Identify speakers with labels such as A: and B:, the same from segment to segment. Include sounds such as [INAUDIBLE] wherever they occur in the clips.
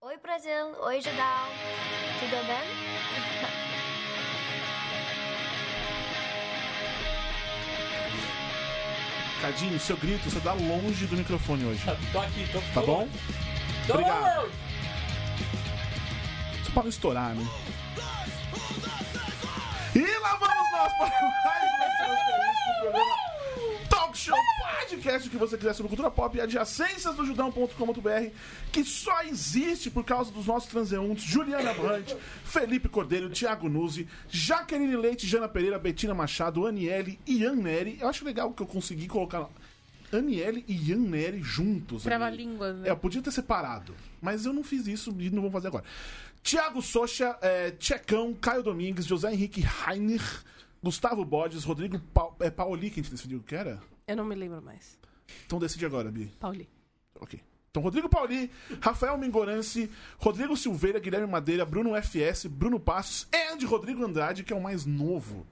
A: Oi Brasil, oi Judal, tudo bem?
B: Cadinho, seu grito, você dá longe do microfone hoje.
C: Tô aqui, tô
B: Tá
C: tô-
B: bom?
C: Tô-
B: Obrigado. Só pra não estourar, né? E lá vamos nós para mais uma edição do programa Talk Show Podcast, o que você quiser sobre cultura pop e adjacências do judão.com.br, que só existe por causa dos nossos transeuntes Juliana Brandt, Felipe Cordeiro, Thiago Nuzzi, Jaqueline Leite, Jana Pereira, Betina Machado, Aniele e Ian Neri. Eu acho legal que eu consegui colocar Aniele e Ian Neri juntos. ali.
D: Trava-língua, né?
B: É, eu podia ter separado, mas eu não fiz isso e não vou fazer agora. Tiago Socha, é, Tchecão, Caio Domingues, José Henrique Heiner, Gustavo Borges, Rodrigo pa é, Paoli, que a gente decidiu que era?
D: Eu não me lembro mais.
B: Então decide agora, Bi.
D: Pauli.
B: Ok. Então, Rodrigo Pauli, Rafael Mingorance, Rodrigo Silveira, Guilherme Madeira, Bruno FS, Bruno Passos e Rodrigo Andrade, que é o mais novo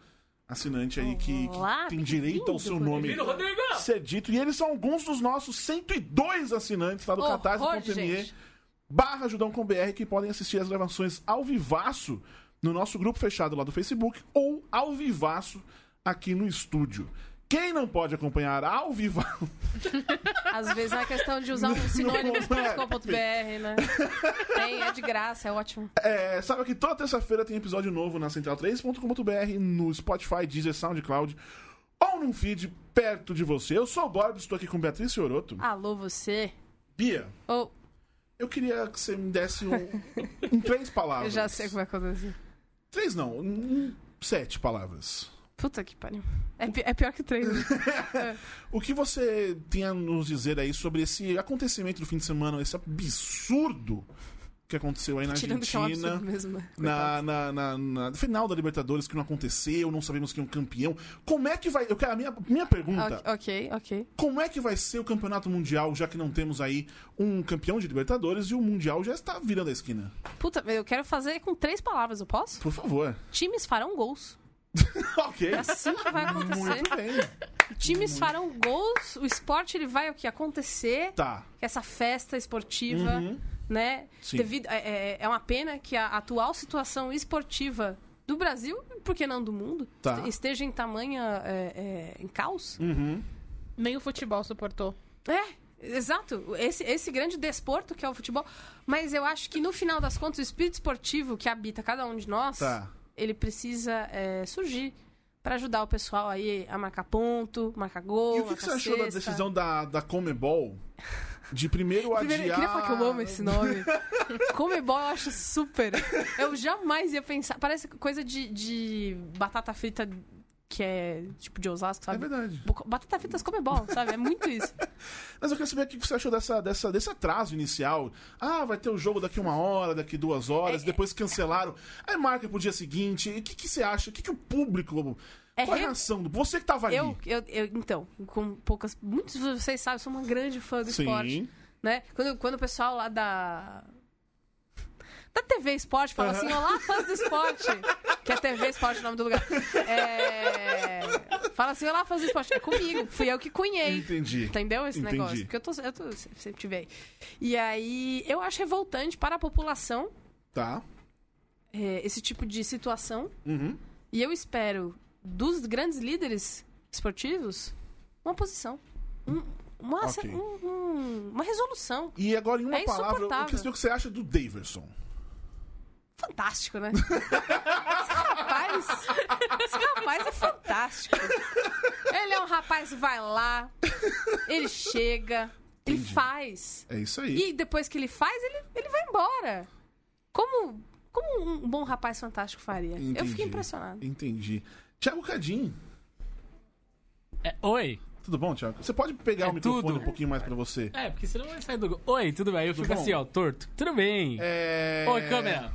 B: assinante aí que, que
D: Olá,
B: tem direito ao
D: bem-vindo,
B: seu nome
C: Vira o Rodrigo!
D: Ah.
B: ser é dito. E eles são alguns dos nossos 102 assinantes lá do
D: Horror,
B: catarse.me
D: Oh, gente.
B: barra Judão com BR que podem assistir as gravações ao vivaço no nosso grupo fechado lá do Facebook ou ao vivaço aqui no estúdio. Quem não pode acompanhar ao vivaço
D: Às vezes é uma questão de usar um
B: é.
D: sinônimos.com.br, né? Tem, é de graça, é ótimo.
B: [LAUGHS] É, sabe que toda terça-feira tem episódio novo na central3.com.br, no Spotify, Deezer, SoundCloud ou num feed perto de você. Eu sou o Borbs, estou aqui com Beatriz Fioroto.
D: Alô, você.
B: Bia,
D: Ou,
B: eu queria que você me desse um, em três
D: [LAUGHS] eu assim.
B: palavras.
D: já sei é o que vai acontecer.
B: Três não, em sete palavras.
D: Puta que pariu. É, pi- é pior que três. né?
B: O que você tem a nos dizer aí sobre esse acontecimento do fim de semana, esse absurdo que aconteceu aí na
D: Tirando que é um
B: Argentina?
D: absurdo mesmo. né?
B: na, na, na- na final da Libertadores que não aconteceu, não sabemos quem é o campeão. Como é que vai. Eu quero, a minha, minha pergunta:
D: Coitado. Ok, ok.
B: como é que vai ser o campeonato mundial, já que não temos aí um campeão de Libertadores e o Mundial já está virando a esquina?
D: Puta, eu quero fazer com três palavras, eu posso?
B: Por
D: [LAUGHS]
B: favor.
D: Times farão gols.
B: ok.
D: É assim que vai acontecer.
B: Muito bem.
D: Times farão gols, o esporte ele vai o que acontecer.
B: Tá.
D: essa festa esportiva, né?
B: Uhum. Sim.
D: Devido, é, é- é uma pena que a atual situação esportiva do Brasil, e por que não do mundo,
B: Tá.
D: este- esteja em tamanha é, é, em caos.
B: Uhum.
E: Nem o futebol suportou.
D: É, exato. Esse, esse grande desporto que é o futebol. Mas eu acho que no final das contas, o espírito esportivo que habita cada um de nós,
B: Tá.
D: ele precisa é, surgir para ajudar o pessoal aí a marcar ponto, marcar gol.
B: E o que, que você
D: marcar
B: achou da
D: cesta.
B: decisão da, da Comebol de primeiro adiar.
D: [LAUGHS] Primeiro, eu queria falar que eu amo esse nome. [LAUGHS] Comebol eu acho super. Eu jamais ia pensar. Parece coisa de, de batata frita que é tipo de Osasco,
B: É
D: sabe?
B: verdade.
D: batata fritas Comebol, sabe? É muito
B: [LAUGHS]
D: isso.
B: Mas eu quero saber o que você achou dessa, dessa, desse atraso inicial. Ah, vai ter o jogo daqui uma hora, daqui duas
D: É,
B: horas, depois cancelaram. Aí marca pro dia seguinte. E o que, que você acha? O que, que o público.
D: É
B: qual é a
D: re-
B: reação? do- Você que tava ali.
D: Eu, eu, eu, então, com poucas. Muitos de vocês sabem, eu sou uma grande fã do
B: Sim.
D: esporte. Né? Quando, quando o pessoal lá da. Da TV Esporte fala assim, olá, fãs do esporte. Que é TV Esporte o nome do lugar. É... Fala assim, olá, fãs do esporte. É comigo, fui eu que cunhei.
B: Entendi.
D: Entendeu esse
B: Entendi.
D: negócio? Porque eu, tô, eu tô- sempre tive aí. E aí, eu acho revoltante para a população
B: Tá.
D: é, esse tipo de situação.
B: Uhum.
D: E eu espero dos grandes líderes esportivos uma posição. Um- uma, ace-
B: Ok.
D: um- um- uma resolução.
B: E agora, em uma
D: É
B: palavra, eu
D: insuportável.
B: queria saber o que você acha do Daverson. [LAUGHS]
D: Fantástico, né? Esse rapaz, esse rapaz é fantástico. Ele é um rapaz que vai lá, ele chega, ele
B: Entendi.
D: faz.
B: É isso aí.
D: E depois que ele faz, ele, ele vai embora. Como, como um bom rapaz fantástico faria. Eu
B: Entendi.
D: fiquei impressionado.
B: Entendi. Tiago Cadim.
C: É, oi!
B: Tudo bom, Tiago? Você pode pegar
C: É
B: o microfone
C: tudo.
B: um pouquinho mais pra você?
C: É, porque senão vai sair do gol. Oi, tudo bem? Eu fico
B: bom?
C: assim, ó, torto. Tudo bem?
B: É...
C: Oi, câmera.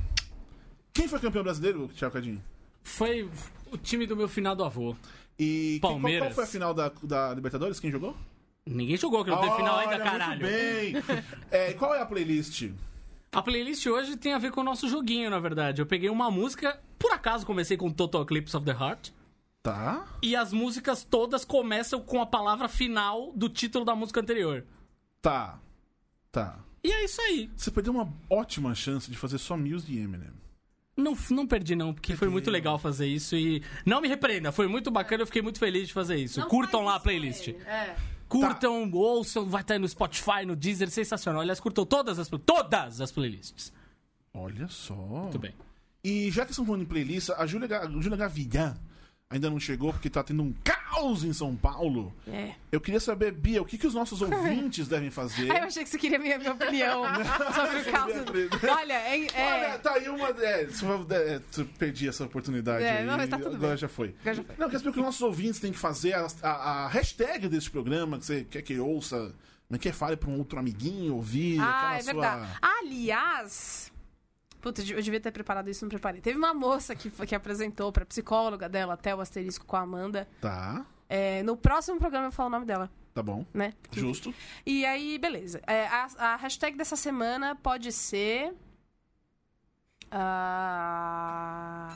B: Quem foi campeão brasileiro, Tiago Cadim?
C: Foi o time do meu final do avô.
B: E quem- qual- Qual,
C: Palmeiras.
B: foi a final da, da Libertadores? Quem jogou?
C: Ninguém jogou, que não teve final ainda,
B: Olha,
C: caralho.
B: Muito bem. É, e qual é a playlist?
C: A playlist hoje tem a ver com o nosso joguinho, na verdade. Eu peguei uma música, por acaso comecei com Total Eclipse of the Heart.
B: Tá.
C: E as músicas todas começam com a palavra final do título da música anterior.
B: Tá. Tá.
C: E é isso aí.
B: Você perdeu uma ótima chance de fazer só Muse de Eminem.
C: Não, não perdi, não, porque foi muito legal fazer isso e. Não me repreenda, foi muito bacana, eu fiquei muito feliz de fazer isso.
D: Não
C: Curtam
D: faz
C: lá a
D: isso
C: playlist.
B: Tá.
D: com ele. É.
C: Curtam, ouçam, vai estar aí no Spotify, no Deezer, sensacional. Aliás, curtam todas as, todas as playlists.
B: Olha só.
C: Muito bem.
B: E já que estão falando em playlist, a Júlia, Ga- a Júlia Gavilhã ainda não chegou porque tá tendo um caos em São Paulo.
D: É.
B: Eu queria saber, Bia, o que, que os nossos ouvintes devem fazer?
D: Ai, eu achei que você queria minha, minha opinião
B: [LAUGHS]
D: sobre o caso. Olha, é. é-
B: Olha, tá aí uma. É, se eu- é, se eu perdi essa oportunidade
D: É,
B: aí.
D: não, mas tá tudo
B: agora
D: bem.
B: já foi.
D: Agora já foi.
B: Não, quer saber o que os nossos ouvintes têm que fazer? A, a- a hashtag desse programa, que você quer que ouça, não quer fale pra um outro amiguinho ouvir.
D: Ah,
B: aquela
D: é
B: sua-
D: verdade. Aliás. Puta, eu devia ter preparado isso, não preparei. Teve uma moça que, foi- que apresentou pra psicóloga dela, até o asterisco com a Amanda.
B: Tá,
D: É, no próximo programa eu falo o nome dela,
B: tá bom.
D: né?
B: Justo.
D: E aí, beleza. É, a, a hashtag dessa semana pode ser. ah,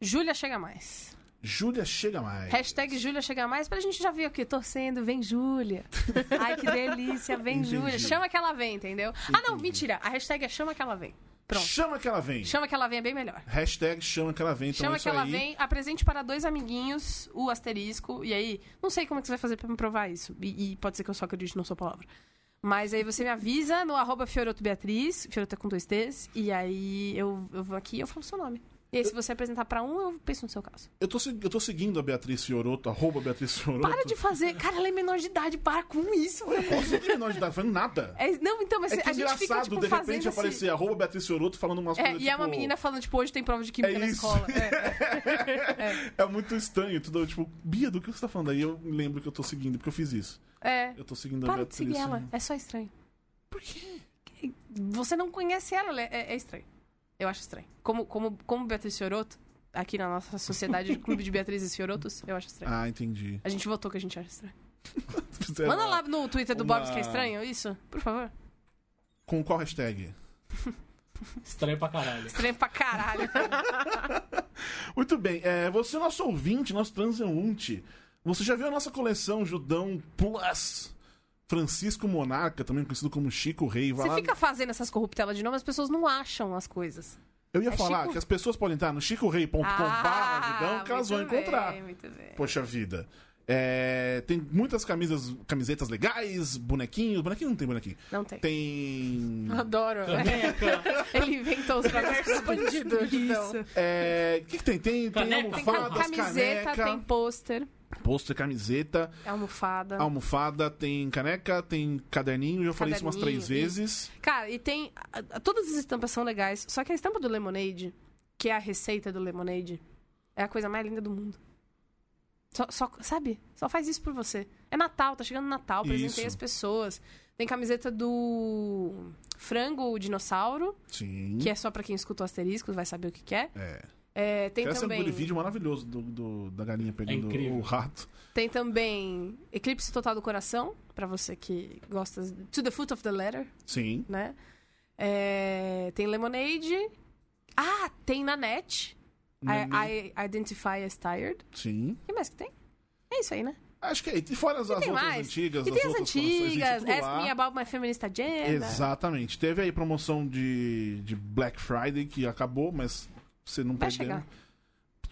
D: Júlia chega mais.
B: Júlia chega
D: É
B: mais.
D: Hashtag Júlia chega mais pra gente já ver o que? Torcendo, vem [LAUGHS] Júlia. Ai, que delícia, vem
B: Entendi.
D: Júlia. Chama que ela vem, entendeu? Ah, não, mentira. A hashtag é chama que ela vem. Pronto.
B: Chama que ela vem.
D: Chama que ela vem é bem melhor.
B: Hashtag chama que ela vem. Então é
D: Chama
B: isso
D: que ela
B: aí.
D: vem, apresente para dois amiguinhos o asterisco. E aí, não sei como é que você vai fazer pra me provar isso. E, e pode ser que eu só acredite na sua palavra. Mas aí você me avisa no arroba Fioroto Beatriz, Fioroto é com dois T's, e aí eu, eu vou aqui e eu falo o seu nome. E aí, se você apresentar pra um, eu penso no seu caso.
B: Eu tô, se- eu tô seguindo a Beatriz Fioroto, arroba Beatriz Fioroto.
D: Para de fazer. Cara, ela é menor de idade, para com isso, velho.
B: Eu não consegui menor de idade, fazendo nada.
D: É, não, então, mas
B: É que
D: a gente
B: engraçado,
D: fica, tipo,
B: de
D: fazendo
B: repente
D: esse-
B: aparecer arroba Beatriz Fioroto falando umas
D: É,
B: coisas
D: e é uma
B: tipo,
D: menina falando, tipo, hoje tem prova de química
B: É
D: na
B: isso.
D: escola.
B: [LAUGHS]
D: É,
B: É muito estranho, tudo tipo, Bia, do que você tá falando? Aí eu me lembro que eu tô seguindo, porque eu fiz isso.
D: é. é.
B: Eu tô seguindo a
D: Para de
B: Beatriz.
D: seguir ela, é só estranho.
B: Por quê?
D: Você não conhece ela, é, é- é estranho. Eu acho estranho. Como, como, como Beatriz Fioroto, aqui na nossa sociedade de clube de Beatrizes Fiorotos, eu acho estranho.
B: Ah, entendi. [LAUGHS]
D: A gente votou que a gente acha estranho.
B: Fizeram
D: Manda lá no Twitter do
B: É uma-
D: Bob's que é estranho, isso? Por favor.
B: Com qual hashtag?
C: Estranho pra
B: [LAUGHS]
C: caralho.
D: Estranho pra caralho.
B: Muito bem, é, você, nosso ouvinte, nosso transeunte, você já viu a nossa coleção Judão Plus? Francisco Monarca, também conhecido como Chico Rei. Vai
D: Você
B: lá-
D: fica fazendo essas corruptelas de nome, as pessoas não acham as coisas.
B: Eu ia
D: É
B: falar
D: Chico- Ah,
B: que as pessoas podem entrar no chicorei.com.br Judão que elas vão
D: muito bem,
B: encontrar.
D: Muito bem.
B: Poxa vida. É, tem muitas camisas, camisetas legais, bonequinhos. Bonequinho não tem bonequinho.
D: Não tem.
B: Tem. [LAUGHS]
D: Adoro.
B: é
D: Ele inventou os próprios bandidos. Isso.
B: É, O que, que tem? Tem, tem
C: Caneca.
D: Tem
B: almofadas,
D: camiseta,
B: caneca,
D: tem pôster, é
B: pôster, camiseta,
D: almofada.
B: almofada, tem caneca, tem caderninho. Eu falei isso umas
D: Caderninho,
B: três vezes.
D: Cara, e tem. a- a- Todas as estampas são legais, só que a estampa do Lemonade, que é a receita do Lemonade, é a coisa mais linda do mundo. Só, só- sabe? Só faz isso por você. É Natal, tá chegando Natal, presentei
B: Isso.
D: as pessoas. Tem camiseta do Frango Dinossauro,
B: Sim.
D: que é só pra quem escuta o asterisco, vai saber o que, que é.
B: Hum? É.
D: É, tem
B: Tem
D: também.
B: aquele vídeo maravilhoso do, do- da galinha pegando
C: É incrível.
B: o rato.
D: Tem também Eclipse Total do Coração, pra você que gosta. To the Foot of the Letter.
B: Sim.
D: né? É, tem Lemonade. Ah, tem na net. I, I Identify as Tired.
B: Sim.
D: O que mais que tem? É isso aí, né?
B: Acho que é. E fora as, as
D: tem
B: outras
D: mais.
B: antigas,
D: E
B: as
D: tem as
B: outras coleções, isso
D: antigas,
B: tudo lá.
D: Ask Me About My Feminist Agenda.
B: Exatamente. Teve aí promoção de, de Black Friday que acabou, mas você não
D: Vai
B: perdeu.
D: chegar.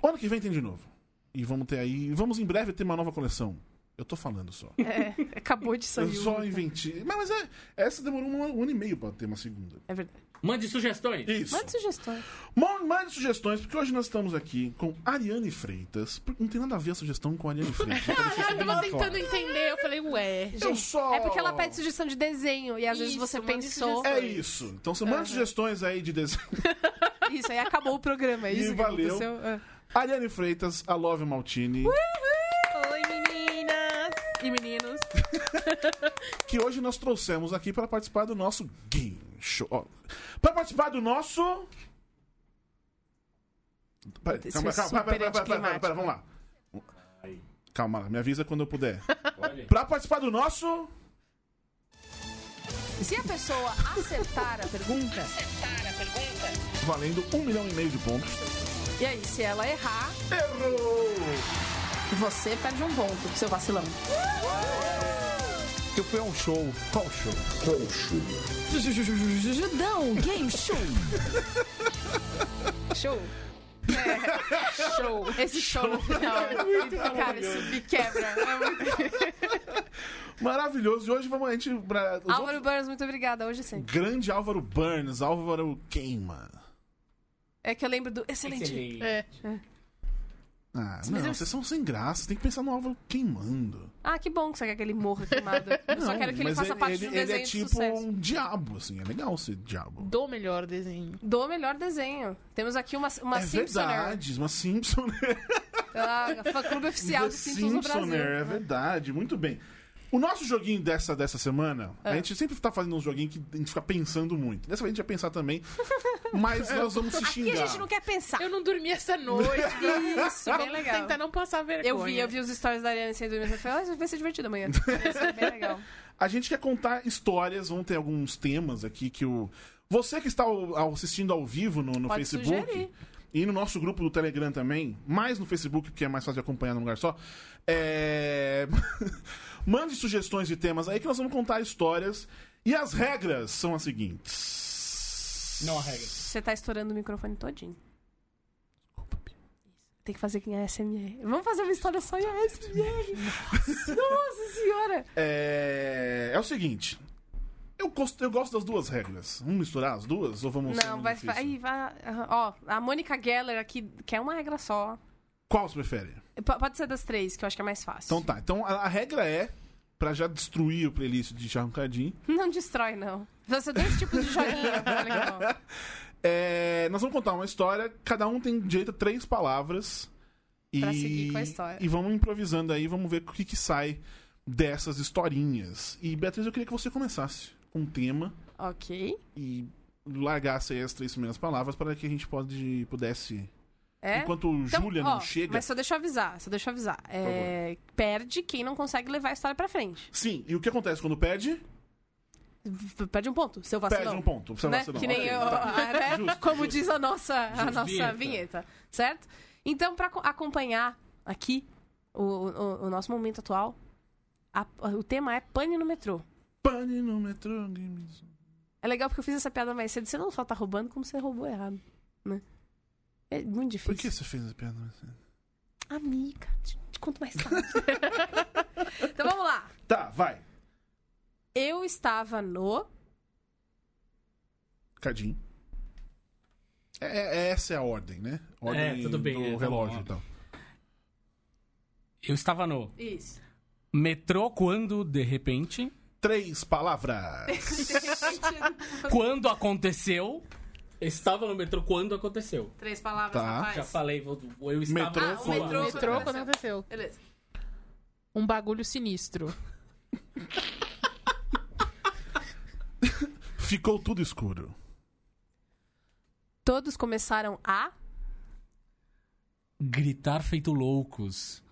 B: O Ano que vem tem de novo. E vamos ter aí. Vamos em breve ter uma nova coleção. Eu tô falando só.
D: É, acabou de sair.
B: Eu só
D: uma.
B: inventei. Mas, mas é, essa demorou um ano um ano e meio pra ter uma segunda.
D: É verdade.
C: Mande sugestões.
B: Isso.
D: Manda sugestões.
B: Mon- Mande sugestões, porque hoje nós estamos aqui com Ariane Freitas. Porque Não tem nada a ver a sugestão com a Ariane Freitas. pra
C: [LAUGHS]
B: deixar isso é
E: Eu tava
B: bem claro.
E: tentando entender, eu falei, ué.
B: Eu só.
D: É porque ela pede sugestão de desenho e às vezes
E: Isso,
D: você
E: manda
D: pensou.
B: É isso. Então você manda sugestões aí de desenho.
D: Isso, aí acabou o programa. É
B: E
D: isso que
B: valeu.
D: aconteceu. É.
B: [LAUGHS] Ariane Freitas, a Love Maltini.
E: Oi, meninas e meninos.
B: que hoje nós trouxemos aqui para participar do nosso game show. Ó, Para participar do nosso. Pera,
D: Isso
B: calma,
D: é
B: calma, pera, pera,
D: super
B: pera, pera, pera,
D: anticlimático.
B: pera, vamos lá. Calma, lá, me avisa quando eu puder.
C: Olha.
B: Para participar do nosso.
D: Se a pessoa acertar a pergunta,
B: Valendo um milhão e meio de pontos.
D: e aí, se ela errar,
B: Errou!
D: você perde um ponto pro seu vacilão.
B: que eu fui a um show. Qual show?
D: Judão Game Show.
E: Show.
D: É, Show. Esse show no final. é
B: É
D: Cara, isso me quebra. É muito...
B: Maravilhoso. E hoje vamos a gente. pra- os outros-
D: Álvaro Burns, muito obrigada. Hoje sim.
B: Grande Álvaro Burns, Álvaro Queima.
D: É que eu lembro do. Excelente.
E: É.
B: Ah,
D: mas
B: não,
D: eu-
B: vocês são sem graça, tem que pensar no Álvaro queimando.
D: Ah, que bom que você quer que ele morra queimado. Eu só
B: Não,
D: quero que ele
B: mas
D: faça parte de um
B: ele,
D: desenho
B: ele é
D: de
B: tipo
D: sucesso.
B: um diabo, assim, é legal ser diabo.
E: Do melhor desenho.
D: Do melhor desenho. Temos aqui uma, uma
B: é
D: Simpsoner.
B: verdade, uma Simpsoner.
D: Ah, fã clube oficial
B: The
D: do Simpsons no Brasil. né?
B: Simpsoner, é verdade, muito bem. O nosso joguinho dessa, dessa semana,
D: Ah.
B: a gente sempre tá fazendo um joguinho que a gente fica pensando muito. Dessa vez a gente vai pensar
D: [LAUGHS]
B: também, mas nós vamos se
D: Aqui
B: xingar.
D: a gente não quer pensar.
E: Eu não dormi essa noite.
D: Isso, bem
E: Vamos
D: legal.
E: tentar não passar vergonha.
D: Eu vi, eu vi os stories da Ariana sem dormir. Eu falei, ah, vai ser divertido amanhã. Isso é bem legal.
B: A gente quer contar histórias, vão ter alguns temas aqui que o. Você que está ao- ao- assistindo ao vivo no, no
D: Pode
B: Facebook.
D: sugerir.
B: E no nosso grupo do Telegram também, mais no Facebook, porque é mais fácil de acompanhar num lugar só. É... [LAUGHS] Mande sugestões de temas aí que nós vamos contar histórias. E as regras são as seguintes.
C: Não a regra.
D: Você tá estourando o microfone todinho. Tem que fazer que em ASMR. Vamos fazer uma história só em ASMR. Nossa senhora.
B: É, é o seguinte. Eu gosto, eu gosto das duas regras. Vamos misturar as duas? Ou vamos. ser
D: Não,
B: um
D: vai...
B: difícil?
D: Aí, vai... aham. Ó, a Mônica Geller aqui quer uma regra só.
B: Qual você prefere?
D: P- pode ser das três, que eu acho que é mais fácil.
B: Então tá, então a, a regra é, pra já destruir o playlist de Charmcadinho,
D: [LAUGHS] Não destrói, não. Você tem dois tipos
B: [LAUGHS]
D: de joguinho. tá legal.
B: é, nós vamos contar uma história, cada um tem direito a três palavras. E,
D: Pra seguir com a história.
B: E vamos improvisando aí, vamos ver o que, que sai dessas historinhas. E Beatriz, eu queria que você começasse com um tema
D: ok.
B: e largasse aí as três primeiras palavras para que a gente pode, pudesse...
D: É?
B: Enquanto o
D: Então,
B: Júlia
D: ó,
B: não chega...
D: Mas só deixa eu avisar, só deixa eu avisar. É, perde quem não consegue levar a história pra frente.
B: Sim, e o que acontece quando perde?
D: V- Perde um ponto, seu vacilão.
B: Perde um ponto. Você
D: né?
B: vacilou.
D: Que nem
B: Ok,
D: eu,
B: tá.
D: a-
B: [LAUGHS]
D: né?
B: Justo,
D: como
B: justo.
D: diz a nossa, a
C: Justo.
D: nossa vinheta.
C: Vinheta.
D: certo? Então, pra co- acompanhar aqui o, o- o nosso momento atual, a- o tema é pane no metrô.
B: Pane no metrô... games.
D: É legal porque eu fiz essa piada mais cedo. Você não só tá roubando, como você roubou errado, né? É muito difícil.
B: Por que você fez a piada?
D: Amiga, te, te conto mais tarde. [LAUGHS] então vamos lá.
B: Tá, vai.
D: Eu estava no.
B: Cadim. É, é- essa é a ordem, né? Ordem
C: É, tudo bem,
B: do
C: é, tá
B: relógio então.
C: bom.
B: e tal.
C: Eu estava no
D: Isso.
C: metrô quando, de
D: [LAUGHS]
C: repente,
B: Três palavras.
C: quando aconteceu. Eu estava no metrô quando aconteceu.
D: Três palavras,
B: Tá.
D: rapaz.
C: Já falei, vou- eu estava
B: Metrô Ah,
C: no
B: o
C: fulano.
B: metrô-
E: Metrô quando aconteceu.
D: Beleza.
E: Um bagulho sinistro.
B: Ficou tudo escuro.
D: Todos começaram a.
C: Gritar feito loucos.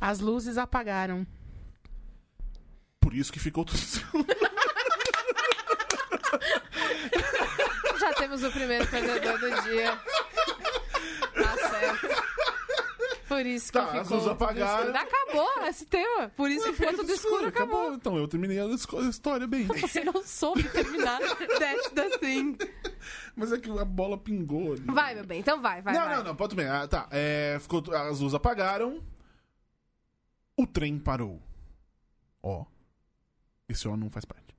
E: As luzes apagaram.
B: Por isso que ficou tudo escuro.
D: Já temos o primeiro perdedor do dia. Tá certo. Por isso que
B: Tá,
D: ficou
B: as luzes
D: tudo
B: apagaram.
D: escuro. Acabou esse tema. Por isso que ficou tudo escuro. Acabou.
B: Então, eu terminei a esco- a história bem.
D: Você não soube terminar. That's the thing.
B: Mas é que a bola pingou ali.
D: Vai, meu bem. Então vai, vai.
B: não,
D: vai.
B: não, não, pode bem. Ah, tá. É, ficou, tu- as luzes apagaram. O trem parou. Ó. Esse ó não faz parte.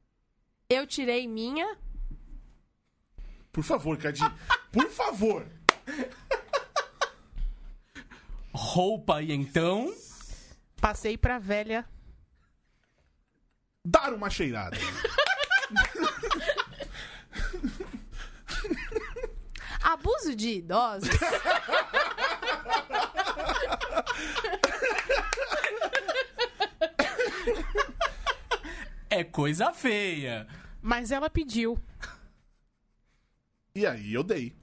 D: Eu tirei minha.
B: Por favor, Cadi.
D: [LAUGHS]
B: Por favor.
C: Roupa e então.
E: Passei pra velha.
B: Dar uma cheirada.
D: Abuso de idosos.
C: É coisa feia.
E: Mas ela pediu.
B: E aí eu dei.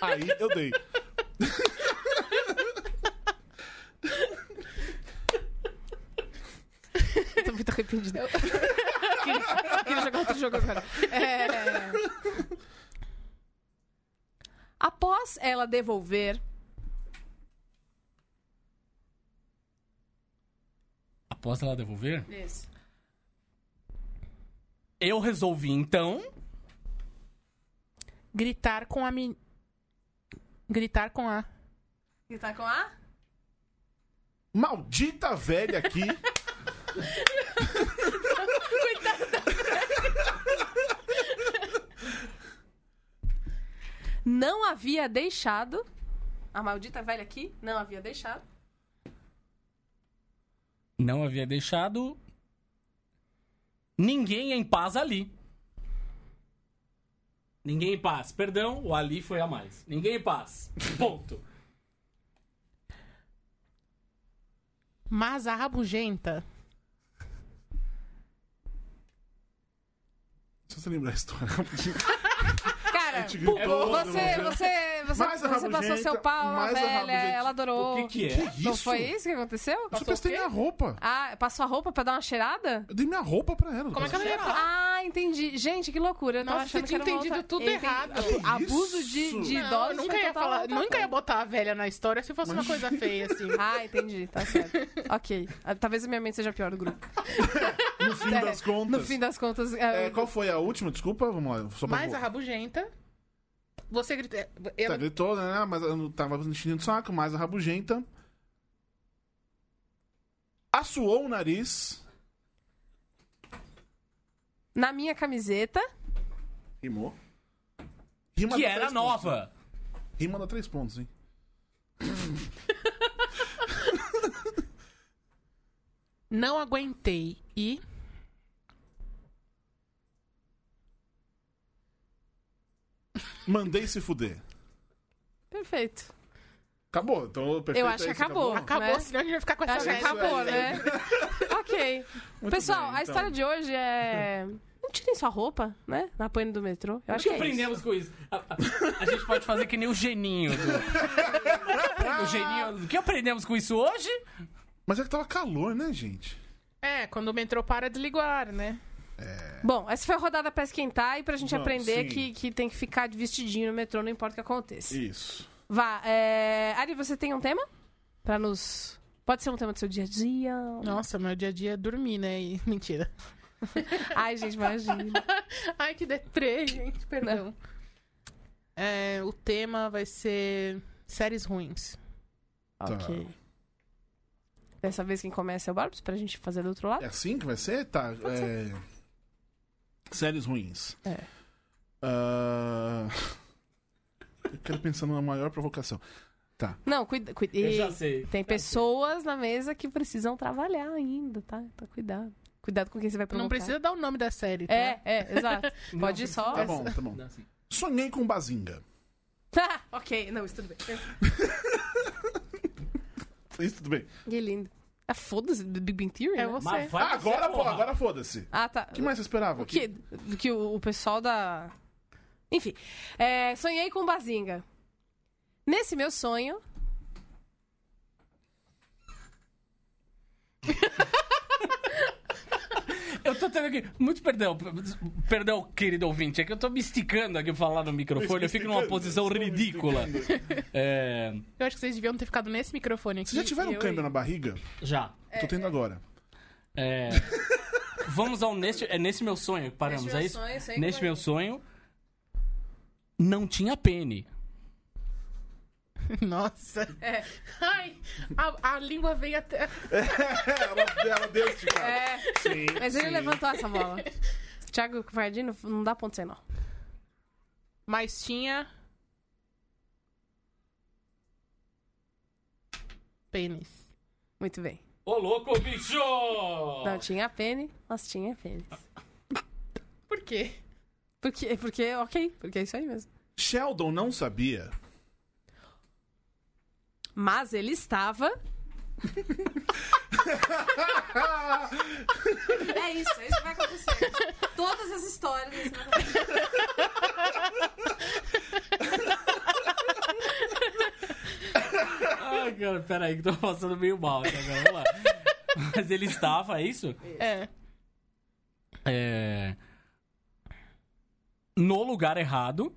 B: Aí eu dei.
D: Eu tô muito arrependida. Eu queria, queria jogar outro jogo agora. É. Após ela devolver,
C: Após ela devolver, Eu resolvi, então,
E: Gritar com a men... Gritar com a.
D: Gritar tá com A?
B: Maldita velha aqui.
D: Não havia deixado. A maldita velha aqui não havia deixado.
C: não havia deixado ninguém em paz ali. Ninguém em paz. Perdão, o ali foi a mais. Ninguém em paz.
D: [LAUGHS]
C: Ponto.
E: Mas a rabugenta.
B: Deixa eu lembrar a história. rapidinho.
D: Cara,
B: Te gritou,
D: você,
B: não sei.
D: você, você,
B: Mais a
D: você passou
B: rabugenta,
D: seu pau na
B: mais a
D: velha,
B: rabugenta.
D: ela
C: O que
D: adorou.
C: que é?
B: Que
D: Não
B: isso?
D: foi isso que aconteceu?
B: Eu pestei minha roupa.
D: Ah, passou a roupa pra dar uma cheirada?
B: Eu dei minha roupa pra ela.
E: Como é que ela ia falar?
D: Ah, entendi. Gente, que loucura. Eu tava
E: Nossa,
D: achando
E: você tinha
D: que era uma
E: entendido
D: outra-
E: tudo
D: Entendi.
E: errado.
D: Abuso de,
B: Isso.
D: de
E: Não,
D: idosos.
E: eu nunca ia
D: total
E: falar,
D: outra
E: nunca ia
D: coisa.
E: botar a velha na história se fosse uma coisa feia assim.
D: Ah, entendi. Tá
E: [LAUGHS]
D: certo. ok. Ah, Talvez a minha mente seja a pior do grupo.
B: No fim
D: É,
B: das contas.
D: No fim das contas. é,
B: É, qual foi a última? Desculpa, vamos lá. Só pra
E: Mas a rabugenta. Você grita.
B: Tá,
E: Ela...
B: gritou, né? Ah, Mas eu não tava enchendo o saco, mas a rabugenta. Assoou o nariz.
D: Na minha camiseta.
B: Rimou. Rima
C: Que
B: dá
C: era
B: três pontos.
C: nova.
B: Rima dá três pontos, hein?
E: Não aguentei e.
B: Mandei se fuder.
D: Perfeito.
B: Acabou, então perfeito.
D: Eu acho
B: é
D: que
B: isso,
D: acabou.
E: Acabou,
D: Né?
E: senão a gente vai ficar com
D: Eu
E: essa
D: acho que
E: velha.
D: acabou,
B: isso
D: né?
B: aí.
D: [LAUGHS] ok.
B: Muito
D: Pessoal,
B: bem,
D: a
B: então.
D: história de hoje é. Não tirem sua roupa, né? Na pane do metrô. Eu acho que é isso.
C: aprendemos com isso. A, a- a gente pode fazer que nem o geninho. Do...
D: [LAUGHS]
C: o geninho. O que aprendemos com isso hoje?
B: Mas é que tava calor, né, gente?
E: É, quando o metrô para, desligar, né?
D: Bom, essa foi a rodada pra esquentar e pra gente
B: Vamos, sim.
D: aprender que, que tem que ficar de vestidinho no metrô, não importa o que aconteça.
B: Isso.
D: Vá, é... Ari, você tem um tema? Pra nos. Pode ser um tema do seu dia a dia.
E: Nossa, meu dia a dia é dormir, né? E... [LAUGHS] Mentira.
D: Ai, gente, imagina.
E: Ai, que deprê, gente, perdão. É, o tema vai ser séries ruins.
B: Tá.
E: Então,
D: ok. Dessa vez quem começa é o Barbos, pra gente fazer do outro lado.
B: É assim que vai ser? Tá. é, Séries ruins.
D: É.
B: Ah, Eu quero pensar numa maior provocação. Tá
D: Não, cuida. cuida-
C: Eu já
D: Ih,
C: sei.
D: Tem pessoas na mesa que precisam trabalhar ainda, tá? Então cuidado. Cuidado com quem você vai provocar.
E: Não precisa dar o nome da série, tá?
D: É, é, [LAUGHS] exato. então. Pode ir só.
B: Tá bom, tá bom.
C: Não, assim.
B: Sonhei com Bazinga.
D: Tá, ok, não, isso tudo bem.
B: Isso tudo bem.
D: Que lindo. Ah, foda-se, Big Bang Theory? né?
E: É você.
C: Mas vai
B: Ah,
C: você,
B: agora, pô,
C: porra.
B: agora foda-se.
D: Ah, tá.
B: O que mais você esperava?
D: O que? Um Do que o, o pessoal da. Enfim. É, sonhei com Bazinga. Nesse meu sonho.
C: Eu tô tendo aqui. Muito perdão. p- Perdão, querido ouvinte. É que eu tô me esticando aqui pra falar no microfone. Eu fico numa posição ridícula. É,
E: Eu acho que vocês deviam ter ficado nesse microfone aqui.
B: Vocês já tiveram
E: e eu
B: câimbra
E: aí.
B: na barriga?
C: já.
B: Tô tendo agora.
C: É, vamos ao neste. É nesse meu sonho que paramos,
D: Neste
C: é
D: meu
C: isso?
D: sonho, sonhei com
C: neste meu
D: Bazinga.
C: sonho. Não tinha pene.
E: [LAUGHS] Nossa.
D: É.
E: Ai, a, a língua veio até...
C: É,
B: ela, ela deu esse cara.
D: É.
B: Sim,
D: Mas ele
B: sim.
D: levantou
C: [LAUGHS]
D: essa bola. Thiago Vardino não dá ponto sem não.
E: Mas tinha... Pênis.
D: Muito bem.
C: Ô, louco, bicho!
D: Não tinha pene, mas tinha pênis.
E: Por quê?
D: Porque, porque, ok, porque é isso aí mesmo.
B: Sheldon não sabia.
D: Mas ele estava. é isso, é isso que vai acontecer. Todas as histórias. é isso que vai acontecer.
C: Ai, cara, peraí, que tô passando meio mal. Tá, cara? Vamos lá. Mas ele estava, é isso?
E: É.
C: É. No lugar errado.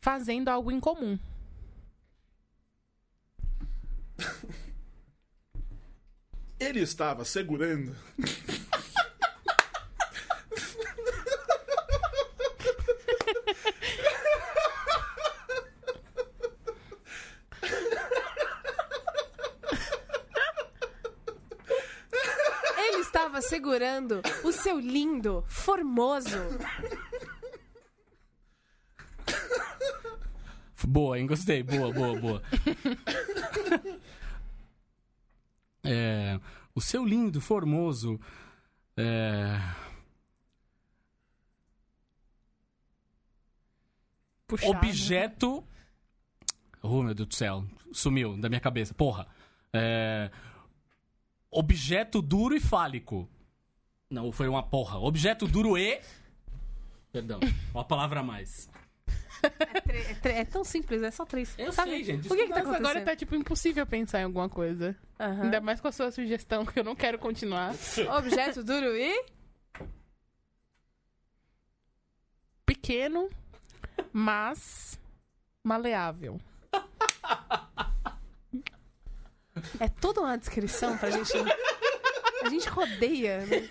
E: Fazendo algo incomum.
B: Ele estava segurando
D: segurando o seu lindo, formoso.
C: Boa, hein? Gostei. Boa, boa,
D: [LAUGHS]
C: boa. É, o seu lindo, formoso. É...
D: Puxado.
C: Objeto. Oh, meu Deus do céu. Sumiu da minha cabeça. Porra. É... Objeto duro e fálico. Não, foi uma porra. Objeto duro e. Perdão. Uma palavra a mais.
D: É, tre- é tre- é tão simples, é só três.
C: Eu
D: Sabe?
C: sei, gente.
D: O que, que tá
E: Nossa,
D: acontecendo?
E: agora tá, Ah. tipo, impossível pensar em alguma coisa.
D: Aham.
E: Ainda mais com a sua sugestão, [LAUGHS] que eu não quero continuar.
D: Objeto duro e.
E: Pequeno, mas maleável.
D: É toda uma descrição pra gente. A gente rodeia, né?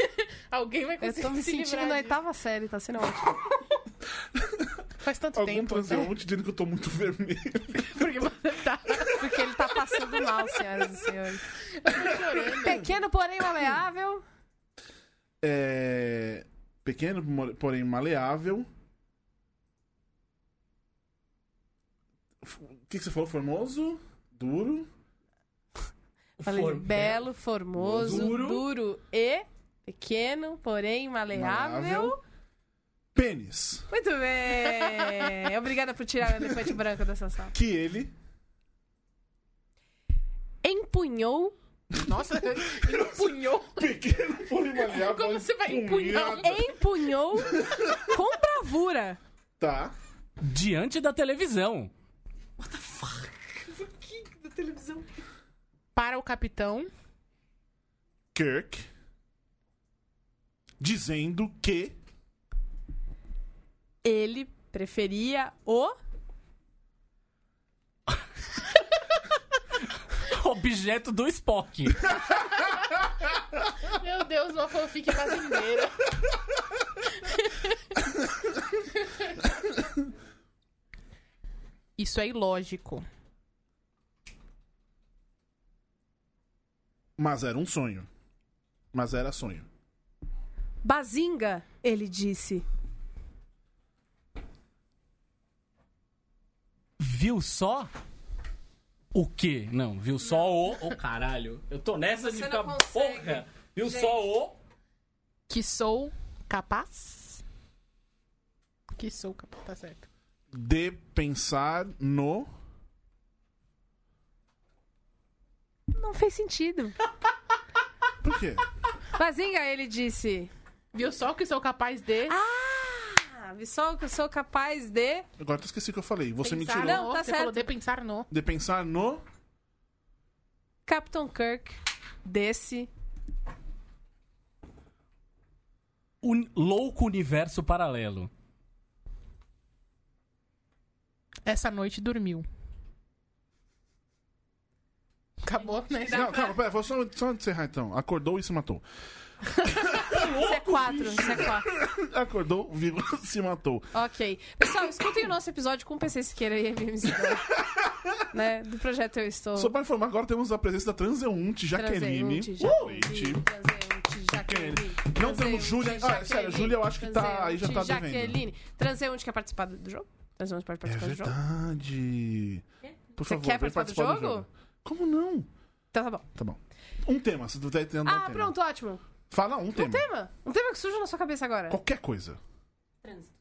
E: Alguém vai
D: Eu
E: conseguir
D: tô me
E: se livrar
D: sentindo na
E: disso.
D: oitava série, tá sendo ótimo.
E: Faz tanto
B: Algum
E: tempo, né?
B: transeunte dizendo que eu tô muito [LAUGHS] vermelho.
E: Porque você tá
D: Porque ele tá passando mal, senhoras e senhores.
E: chorando.
D: Pequeno, porém maleável.
B: É. Pequeno, mo- porém maleável. F- O que, que você falou? Formoso? Duro?
D: Falei,
C: For-
D: belo, formoso,
C: Duro.
D: duro. e pequeno, porém maleável.
B: Maleável. Pênis.
D: Muito bem! Obrigada por tirar o elefante branco dessa sala.
B: Que ele.
D: Empunhou,
E: Nossa, empunhou.
B: [LAUGHS] Pequeno, porém maleável.
E: Como
B: mas
E: você vai empunhar
B: punhado.
D: empunhou com bravura.
B: Tá.
C: Diante da televisão. [LAUGHS]
E: Para o capitão.
B: Kirk. Dizendo que.
D: Ele preferia o.
C: Objeto do Spock.
E: Meu Deus, uma fanfic brasileira. [LAUGHS] Isso é ilógico.
B: Mas era um sonho. Mas era sonho.
D: Bazinga, ele disse.
C: Viu só? O quê? Não, viu só o. Ô, caralho. Eu tô nessa de
D: Você
C: ficar
D: não consegue.
C: porra. Viu só o.
E: Que sou capaz. Que sou capaz, tá certo.
B: De pensar no.
D: Não fez sentido.
B: Por quê?
D: Bazinga, ele disse.
E: Viu só que sou capaz de.
D: Ah, vi só o que eu sou capaz de.
B: Agora eu esqueci o que eu falei. Você me
E: pensar
B: tirou.
D: Não,
E: no.
D: tá
E: Você falou
D: certo.
E: de pensar no.
B: De pensar no.
D: Capitão Kirk, desse.
C: Un- louco universo paralelo.
E: Essa noite dormiu. Acabou, né?
B: Não, calma, pera, vou só, só encerrar então. Acordou e se matou. [LAUGHS]
D: Isso é quatro, isso é quatro.
B: Acordou, vírgula, [LAUGHS] se matou.
D: Ok. Pessoal, escutem o nosso episódio com o PC Siqueira e MMZ. né? Do projeto Eu Estou.
B: Só pra informar, agora temos a presença da Transeunte, Jaqueline.
D: Transeunte,
B: Uh!
D: Jaqueline,
B: Leite.
D: transeunte, Jaqueline,
B: Jaqueline. Não temos
D: transeunte,
B: Júlia. Ah,
D: Jaqueline,
B: sério, Júlia eu acho que tá- aí já tá
D: transeunte,
B: devendo.
D: Jaqueline. Transeunte quer participar do, do jogo? Transeunte pode
B: É
D: participar do jogo?
B: verdade. Por
D: Você
B: favor,
D: quer
B: vem
D: participar do
B: participar do
D: jogo?
B: jogo. Como não?
D: Então tá bom.
B: Tá bom. Um tema, se tu tá entendendo um
D: Ah,
B: tema.
D: pronto, ótimo.
B: Fala um tema.
D: Tema. Um tema que surge na sua cabeça agora.
B: Qualquer coisa.
A: Trânsito.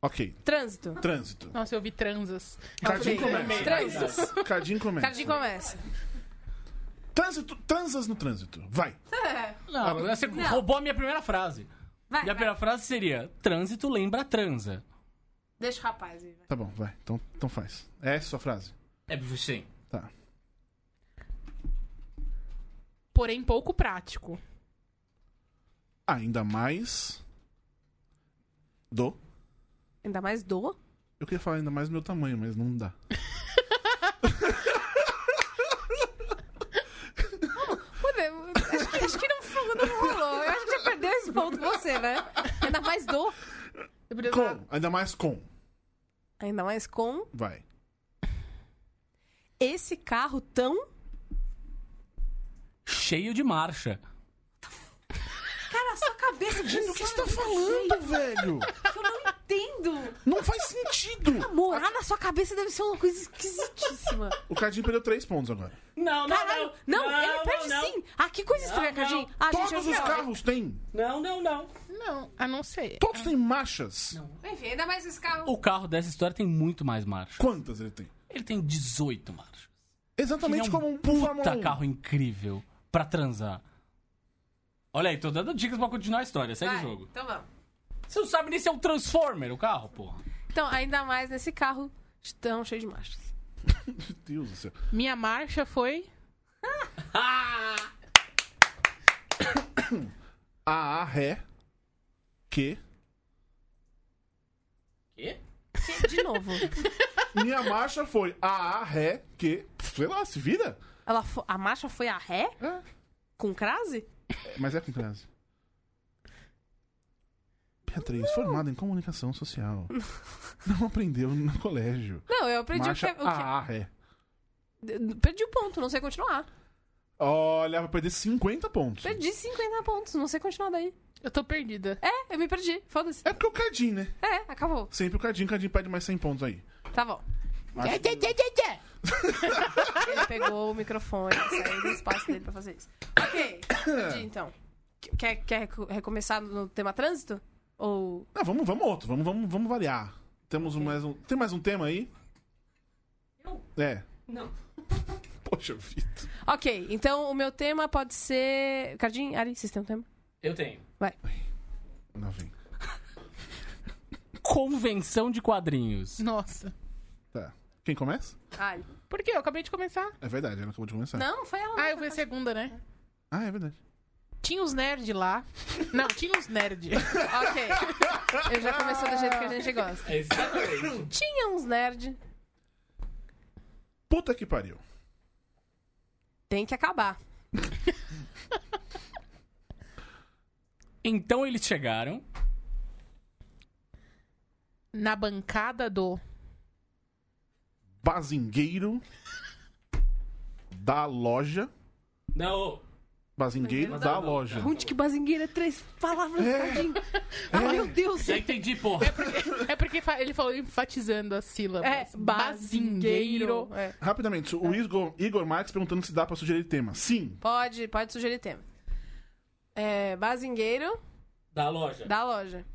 B: Ok.
D: Trânsito.
B: Trânsito.
E: Nossa, eu vi transas.
B: Cardinho
D: Ok.
B: começa.
D: Trânsito.
B: Cardinho começa.
D: Cardinho começa.
B: Trânsito, transas no trânsito. Vai.
C: Não, você roubou a minha primeira frase.
D: Vai,
C: minha
D: vai.
C: primeira frase seria: trânsito lembra transa.
D: Deixa o rapaz aí. vai.
B: Tá bom, vai. Então, então faz. É essa a sua frase.
C: É, sim.
B: Tá.
E: Porém, pouco prático.
B: Ah, Ainda mais. Do.
D: Ainda mais do.
B: Eu queria falar ainda mais do meu tamanho, mas não dá.
D: Podemos. Acho, acho que não, foi- não rolou. Eu acho que já perdeu esse ponto você, né? Ainda mais do.
E: Eu podia usar-
B: Com. Ainda mais com.
D: Ainda mais com
B: Vai.
D: esse carro tão.
C: Cheio de marcha.
D: na sua [LAUGHS] cabeça de
B: Gente, o que você tá falando, velho?
D: que eu não entendo.
B: Não faz sentido.
D: Morar na sua cabeça deve ser uma coisa [LAUGHS] esquisitíssima.
B: O Cadinho perdeu três pontos agora.
F: Não, não,
D: Caralho, não, ele perde sim. Ah, que coisa estranha,
F: Não,
D: Cadinho.
F: não.
D: Ah, gente,
B: Todos
D: eu
B: os
D: não.
B: carros têm.
F: Não, não, não.
E: Não, a não ser.
B: Todos têm marchas.
D: Enfim, ainda mais esse carro.
C: O carro dessa história tem muito mais marcha.
B: Quantas ele tem?
C: Ele tem 18 marchas. Ele é
B: Exatamente
C: um
B: como um
C: puta
B: Fórmula 1.
C: carro incrível pra transar. Olha aí, tô dando dicas pra continuar a história. Segue
D: Vai,
C: o jogo.
D: Então vamos.
C: Você não sabe nem se é um Transformer o carro, porra.
D: Então, ainda mais nesse carro tão cheio de marchas.
B: Meu Deus do céu.
E: Minha marcha foi.
B: A, A, Ré, que,
C: Quê?
D: De novo.
B: minha marcha foi A, A, Ré, que, sei lá, se vira.
D: [LAUGHS] Ela fo- A marcha foi a ré?
B: É.
D: Com crase?
B: Mas é com criança. Beatriz, formada em comunicação
D: [LAUGHS]
B: social. Não aprendeu no colégio.
D: Não, eu perdi
B: Marcha Ah, é.
D: o que... O que...
B: A, A, Ré.
D: D- Perdi o ponto, não sei continuar.
B: Olha, vai perder 50 pontos.
D: Perdi 50 pontos, não sei continuar daí.
E: Eu tô perdida.
D: É, eu me perdi. Foda-se.
B: É porque o Cadinho, né?
D: É, acabou.
B: Sempre o Cadinho, o Cadinho perde mais 100 pontos aí.
D: Tá bom.
B: Mas-
D: Ele pegou o microfone, saiu do espaço dele pra fazer isso. Ok, entendi então. Qu- Quer, quer reco- recomeçar no tema trânsito? Ou.
B: Não, vamos, vamos outro, vamos, vamos, vamos variar. Temos um- mais um. Tem mais um tema aí? É.
F: Não.
B: [LAUGHS] Poxa vida.
D: Ok, então o meu tema pode ser. Cardim, Ari, vocês têm um tema?
C: Eu tenho.
B: Não vem.
C: Convenção de quadrinhos.
E: Nossa.
B: Tá. Quem começa?
D: Ari.
E: Por quê? Eu acabei de começar.
B: É verdade, ela acabou de começar.
D: Não, foi ela.
E: Ah, eu fui a segunda, né?
B: Ah, é verdade.
E: Tinha os nerd lá. Não, tinha
D: [LAUGHS]
E: os nerd.
D: Ok. Eu já começou do jeito que a gente gosta.
C: Exatamente.
D: Tinha uns nerd.
B: Puta que pariu.
D: Tem que acabar.
C: [COUGHS] então eles chegaram.
E: Na bancada do.
B: Bazingueiro da loja.
C: Não.
B: Bazingueiro
D: é
B: da loja.
D: Onde que bazingueira? Três palavras,
B: É.
D: Cardim. Ah, meu Deus.
C: Já entendi, porra.
E: É porque fa- ele falou enfatizando as
D: É,
E: sílabas.
D: bazingueiro. É.
B: Rapidamente, o Igor, Igor Marques perguntando se dá pra sugerir tema. Sim.
D: Pode, pode sugerir tema. É, bazingueiro
C: Da loja.
D: da loja.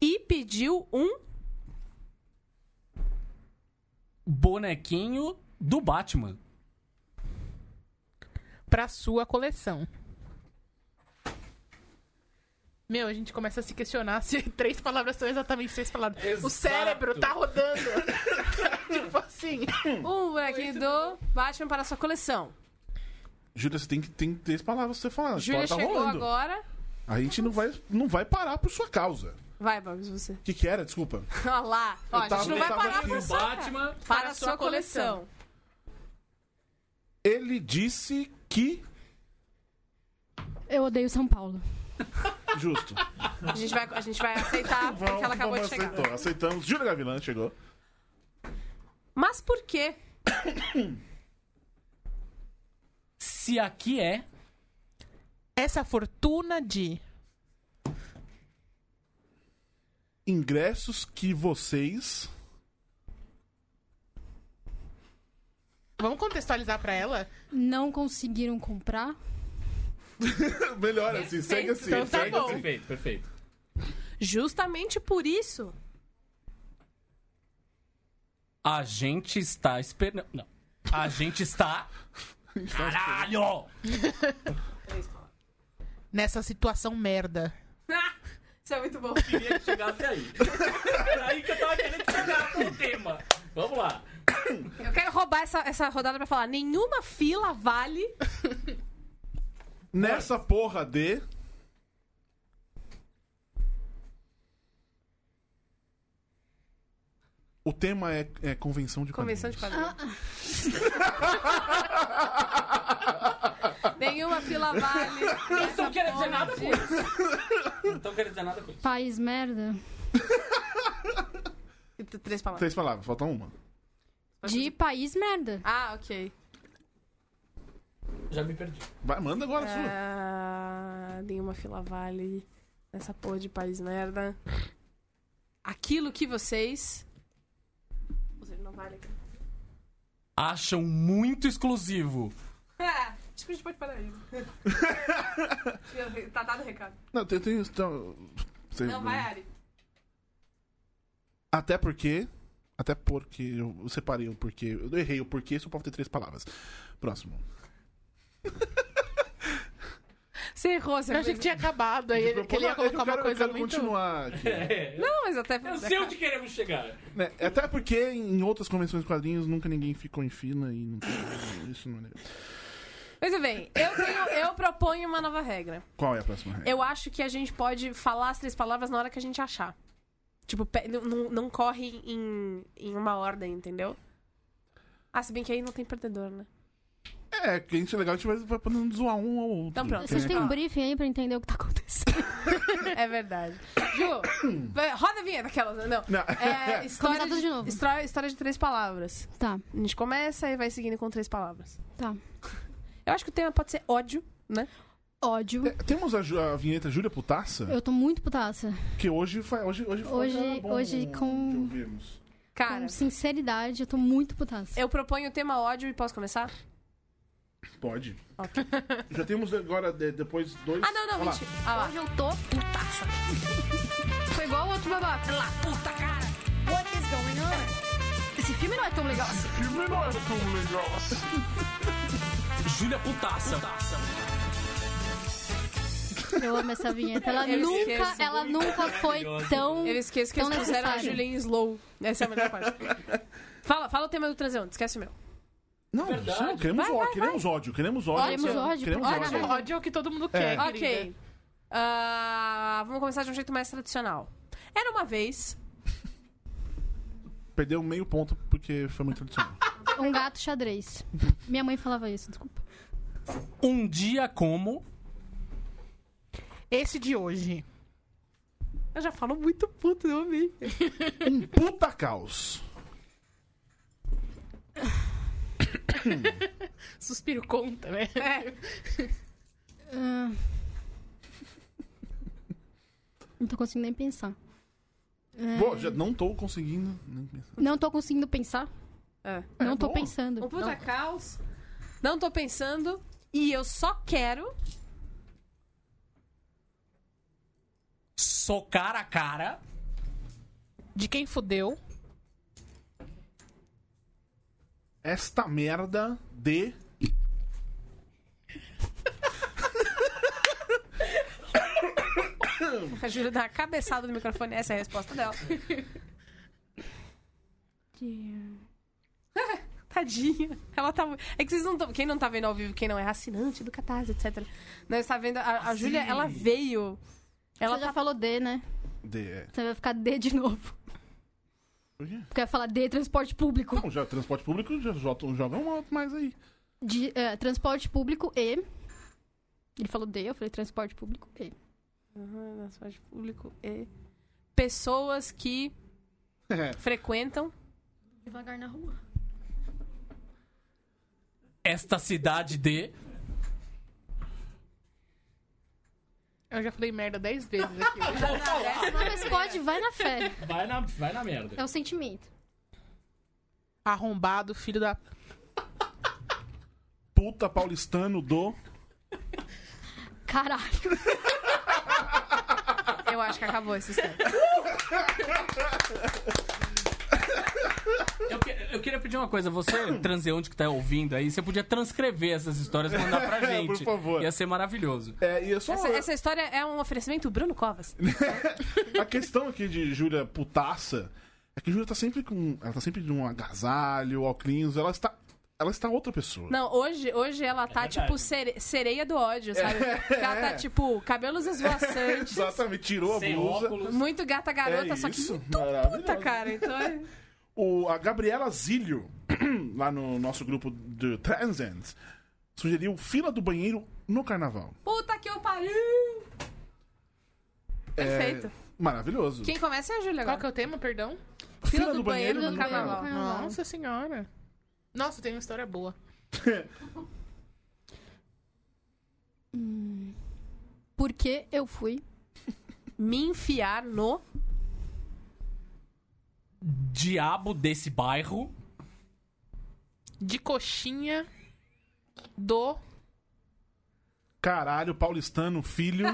D: E pediu um.
C: Bonequinho do Batman.
E: Pra sua coleção. Meu, a gente começa a se questionar se [LAUGHS] três palavras são exatamente três palavras. O
C: Exato.
E: cérebro tá rodando. [LAUGHS] tipo assim.
D: Um bonequinho do Batman para sua coleção.
B: Júlia, você tem que tem três palavras pra você falar. A
D: Júlia
B: história tá
D: chegou
B: rolando.
D: agora.
B: A gente não vai, não vai parar por sua causa.
D: Vai, Babs, você. [LAUGHS]
B: O que, que era? Desculpa.
D: Olha lá. Ó, a
B: tava-
D: gente não
B: eu
D: vai
B: tava
D: parar
B: aqui.
D: por sua-
C: Batman.
D: Para a sua coleção.
B: Ele disse que.
G: Eu odeio São Paulo.
D: [LAUGHS]
B: Justo.
D: A gente vai, a gente vai
B: [LAUGHS]
D: aceitar porque ela acabou de chegar.
B: aceitou. Aceitamos. Júlia Gavilã chegou.
D: Mas por quê?
C: Se aqui é.
E: Essa fortuna de.
B: Ingressos que vocês.
E: Vamos contextualizar pra ela?
G: Não conseguiram comprar.
B: Melhor assim, segue assim.
E: Então tá
B: segue
E: bom.
B: assim.
C: Perfeito, perfeito.
D: Justamente por isso. [LAUGHS]
C: A gente está esperando. Não. A gente está. Caralho!
E: Nessa situação merda.
D: Ah, isso é muito bom.
C: Queria que chegasse aí. Era aí que eu tava querendo chegar com o tema. Vamos lá.
D: Eu quero roubar essa, essa rodada pra falar. Nenhuma fila vale.
B: Nessa porra de. O tema é, é convenção de
D: Convenção de
B: quadrinhos.
D: quadrinhos. [LAUGHS] Nenhuma fila vale.
C: Não estão querendo dizer nada com isso. Não estão querendo Então, dizer nada com isso.
G: País merda.
D: E t- Três palavras.
B: Três palavras, falta uma.
G: De país merda.
D: Ah, ok.
C: Já me perdi.
D: É.
B: Vai, manda agora a sua.
D: Ah, nenhuma fila vale nessa porra de país merda. Aquilo que vocês. Vocês não vale. [LAUGHS]
C: Acham muito [LAUGHS] exclusivo.
D: É, Acho que a gente pode parar [LAUGHS] aí. tá dado o recado.
B: Não, tem. tem, então, sei-
D: Não, vai, Ari.
B: Até porque. Até porque. Eu eu separei o porquê. Eu errei o porquê, só pode ter três palavras. Próximo.
D: Você errou, você
E: Eu achei que tinha acabado aí, ele- que ele ia
B: Não, é que eu
E: colocar uma
B: quero- eu
E: coisa
B: quero
E: muito...
B: continuar aqui.
D: Não, mas até.
C: É, Eu sei onde queremos chegar.
B: Né, Até porque em outras convenções de quadrinhos nunca ninguém ficou em fila e não tem- isso não é legal.
D: Veja é, bem, eu, tenho- eu proponho uma nova regra.
B: Qual é a próxima regra?
D: Eu acho que a gente pode falar as três palavras na hora que a gente achar. Tipo, pe- não- não, não corre em, em uma ordem, entendeu? Ah, se bem que aí não tem perdedor, né?
B: É, que isso é legal, a gente vai, vai podendo zoar um ao outro.
D: Então pronto.
B: Porque-
G: Vocês têm um
D: Tá.
G: briefing aí pra entender o que tá acontecendo.
D: É verdade. Ju, vai- roda a vinheta, aquelas. Não.
B: [LAUGHS] Não.
D: É, história,
G: Combinado
D: de,
G: de novo.
D: História, história de três palavras.
G: Tá,
D: A gente começa e vai seguindo com três palavras.
G: tá.
D: Eu acho que o tema pode ser ódio, né?
G: Ódio.
B: É, temos a, Ju- a vinheta Júlia Putaça,
G: Eu tô muito putaça.
B: que hoje foi. Hoje, hoje, foi
G: Hoje-
B: era bom né?
G: hoje com-
B: de ouvirmos.
D: Cara,
G: Com sinceridade, eu tô muito putaça.
D: eu proponho o tema ódio e posso começar?
B: Pode. [LAUGHS] Já temos agora, de- depois, dois.
D: Ah, não, não,
B: Olha lá.
D: mentira. Ah, lá.
A: Hoje eu tô putaça.
G: Foi igual o outro babaca.
A: Lá, puta cara. What is going on? Esse filme não é tão legal assim.
C: Júlia Putaça.
G: Eu amo essa vinheta. Ela
D: Eu
G: nunca,
D: esqueço.
G: ela nunca foi tão.
D: Eu esqueço que
G: Tão
D: eles puseram a
G: necessário.
D: Julia em slow. Essa é a melhor parte. [LAUGHS] fala, fala o tema do transão, esquece o meu.
B: Não, não, queremos, ódio, queremos ódio, queremos ódio.
G: Queremos ódio,
B: Queremos
G: porque-
B: ódio.
E: Ódio,
G: Caralho.
E: ódio é o que todo mundo quer,
B: É.
E: querida.
D: Ok. Ah, vamos começar de um jeito mais tradicional. Era uma vez.
B: Perdeu meio ponto porque foi muito tradicional.
G: Um gato xadrez. Minha mãe falava isso, desculpa.
C: Um dia como.
E: Esse de hoje.
D: Eu já falo muito puto, eu amei.
B: um puta caos.
E: Suspiro conta, né?
D: É.
G: Ah. Não tô conseguindo nem pensar. É,
B: Pô, já não tô conseguindo nem pensar.
G: Não tô conseguindo pensar.
D: É.
G: Não tô
B: boa.
G: pensando.
D: Um puta caos. Não tô pensando. E eu só quero.
C: Socar a cara.
E: De quem fudeu.
B: Esta merda de.
D: A Júlia dá a cabeçada no microfone. Essa é a resposta [LAUGHS] dela.
G: De-
D: Tadinha. Ela tá. É que vocês não estão. Quem não tá vendo ao vivo, quem não é assinante do Catarse, etc. Não está tá vendo. A, a Júlia, ela veio. Ela
G: Você já
D: tá.
G: falou D, né?
B: de é.
G: Você vai ficar D de novo.
B: Por quê?
G: Porque vai falar D transporte público.
B: Não, já transporte público já jo- joga um alto mais aí.
G: De, é, transporte público e. Ele falou D, eu falei transporte público e.
D: Aham, na saúde público e. Pessoas
B: [LAUGHS]
D: que frequentam.
G: Devagar na rua.
C: Esta cidade de.
E: Eu já falei merda 10 vezes aqui.
G: Não responde, vai na fé.
C: Vai na, vai na merda.
G: É o sentimento.
E: [LAUGHS] Arrombado, filho da...
B: Puta paulistano do.
G: Caralho.
D: Eu acho que acabou esse tempo.
C: Eu, que- eu queria pedir uma coisa. Você, transeonte que tá ouvindo aí, você podia transcrever essas histórias e mandar [LAUGHS] pra
B: É,
C: gente.
B: por favor.
C: Ia ser maravilhoso.
B: É, e é só.
D: Essa, essa história é um oferecimento Bruno Covas.
B: A questão aqui de Júlia putaça é que Júlia tá sempre com. Ela tá sempre de um agasalho, óculos, ela está. Ela está outra pessoa. [LAUGHS]
D: Não, hoje, hoje ela tá
C: verdade.
D: tipo sere- sereia do
B: É.
D: ódio, sabe? Porque Ela
B: [LAUGHS]
D: tá tipo cabelos esvoaçantes,
B: Exatamente, tirou a
C: Sem
B: blusa.
C: óculos.
D: muito gata garota,
B: É
D: só que
B: isso,
D: muito puta,
B: maravilhoso.
D: cara. Então é-
B: O, a Gabriela Zílio, [CLEARS THROAT] lá no nosso grupo de Transcends, sugeriu fila do banheiro no carnaval.
D: Puta que eu pariu!
B: É.
D: Perfeito.
B: Maravilhoso.
D: Quem começa é a Júlia
E: Qual que
D: agora.
E: é o tema, perdão?
B: Fila, do, banheiro,
D: banheiro
B: no
D: no
B: carnaval.
D: carnaval.
E: Nossa senhora. Nossa, tem uma história boa.
G: Porque eu fui.
D: Me enfiar no.
C: Diabo desse bairro.
E: De coxinha do.
B: Caralho, paulistano,
D: [LAUGHS]
B: filho.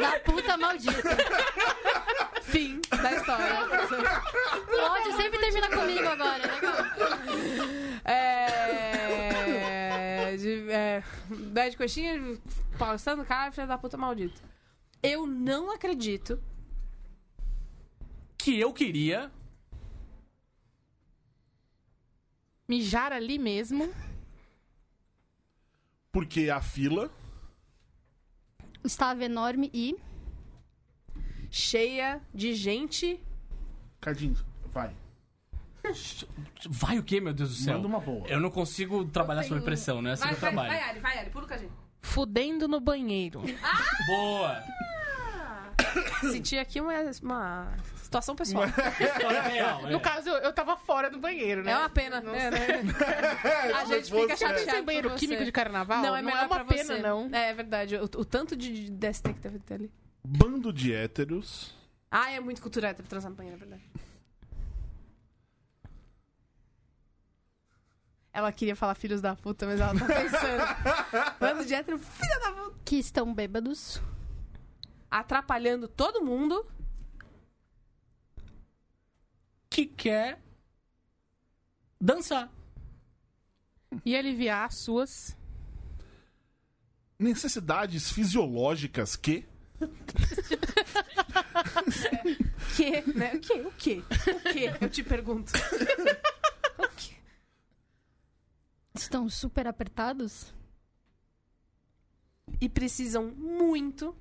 G: Da puta maldita.
D: Fim da [LAUGHS] história.
G: O ódio sempre termina comigo agora, é legal.
D: É. De, é, da de coxinha, paulistano, cara, filha da puta maldito. Eu não acredito
C: Que eu queria.
E: Mijar ali mesmo.
B: Porque a fila.
G: Estava é enorme e.
D: cheia de gente.
B: Cadinho, vai.
C: Vai o quê, meu Deus do céu? É.
B: Manda uma [LAUGHS] boa.
C: Eu não consigo trabalhar sob pressão, não é assim
D: Vai,
C: que eu
D: vai,
C: trabalho.
D: vai, Ari, vai, Ari, pula com a gente.
E: Fudendo no banheiro.
C: Boa!
D: Senti aqui uma, uma situação pessoal. [LAUGHS]
C: História real, é.
E: No caso, eu, eu tava fora do banheiro, né?
D: É uma pena. É, né? A gente
B: É, Você-
D: fica
E: Sabe
D: chateado.
E: que tem banheiro
D: por você.
E: químico de carnaval?
D: Não, é melhor
E: não é uma
D: pra
E: pena,
D: você.
E: não.
D: É, é verdade. O, o tanto de de DST que deve ter ali.
B: Bando de héteros.
D: Ah, é muito cultura hétero transar no banheiro, é verdade. Ela queria falar filhos da puta, mas ela tá pensando. Bando de hétero, filha da puta.
G: Que estão bêbados.
D: Atrapalhando todo mundo.
C: Que quer dançar.
E: E aliviar as suas.
B: Necessidades fisiológicas que.
D: Que, né? O que? O que? O que? Eu te pergunto. O quê?
G: Estão super apertados.
D: E precisam muito.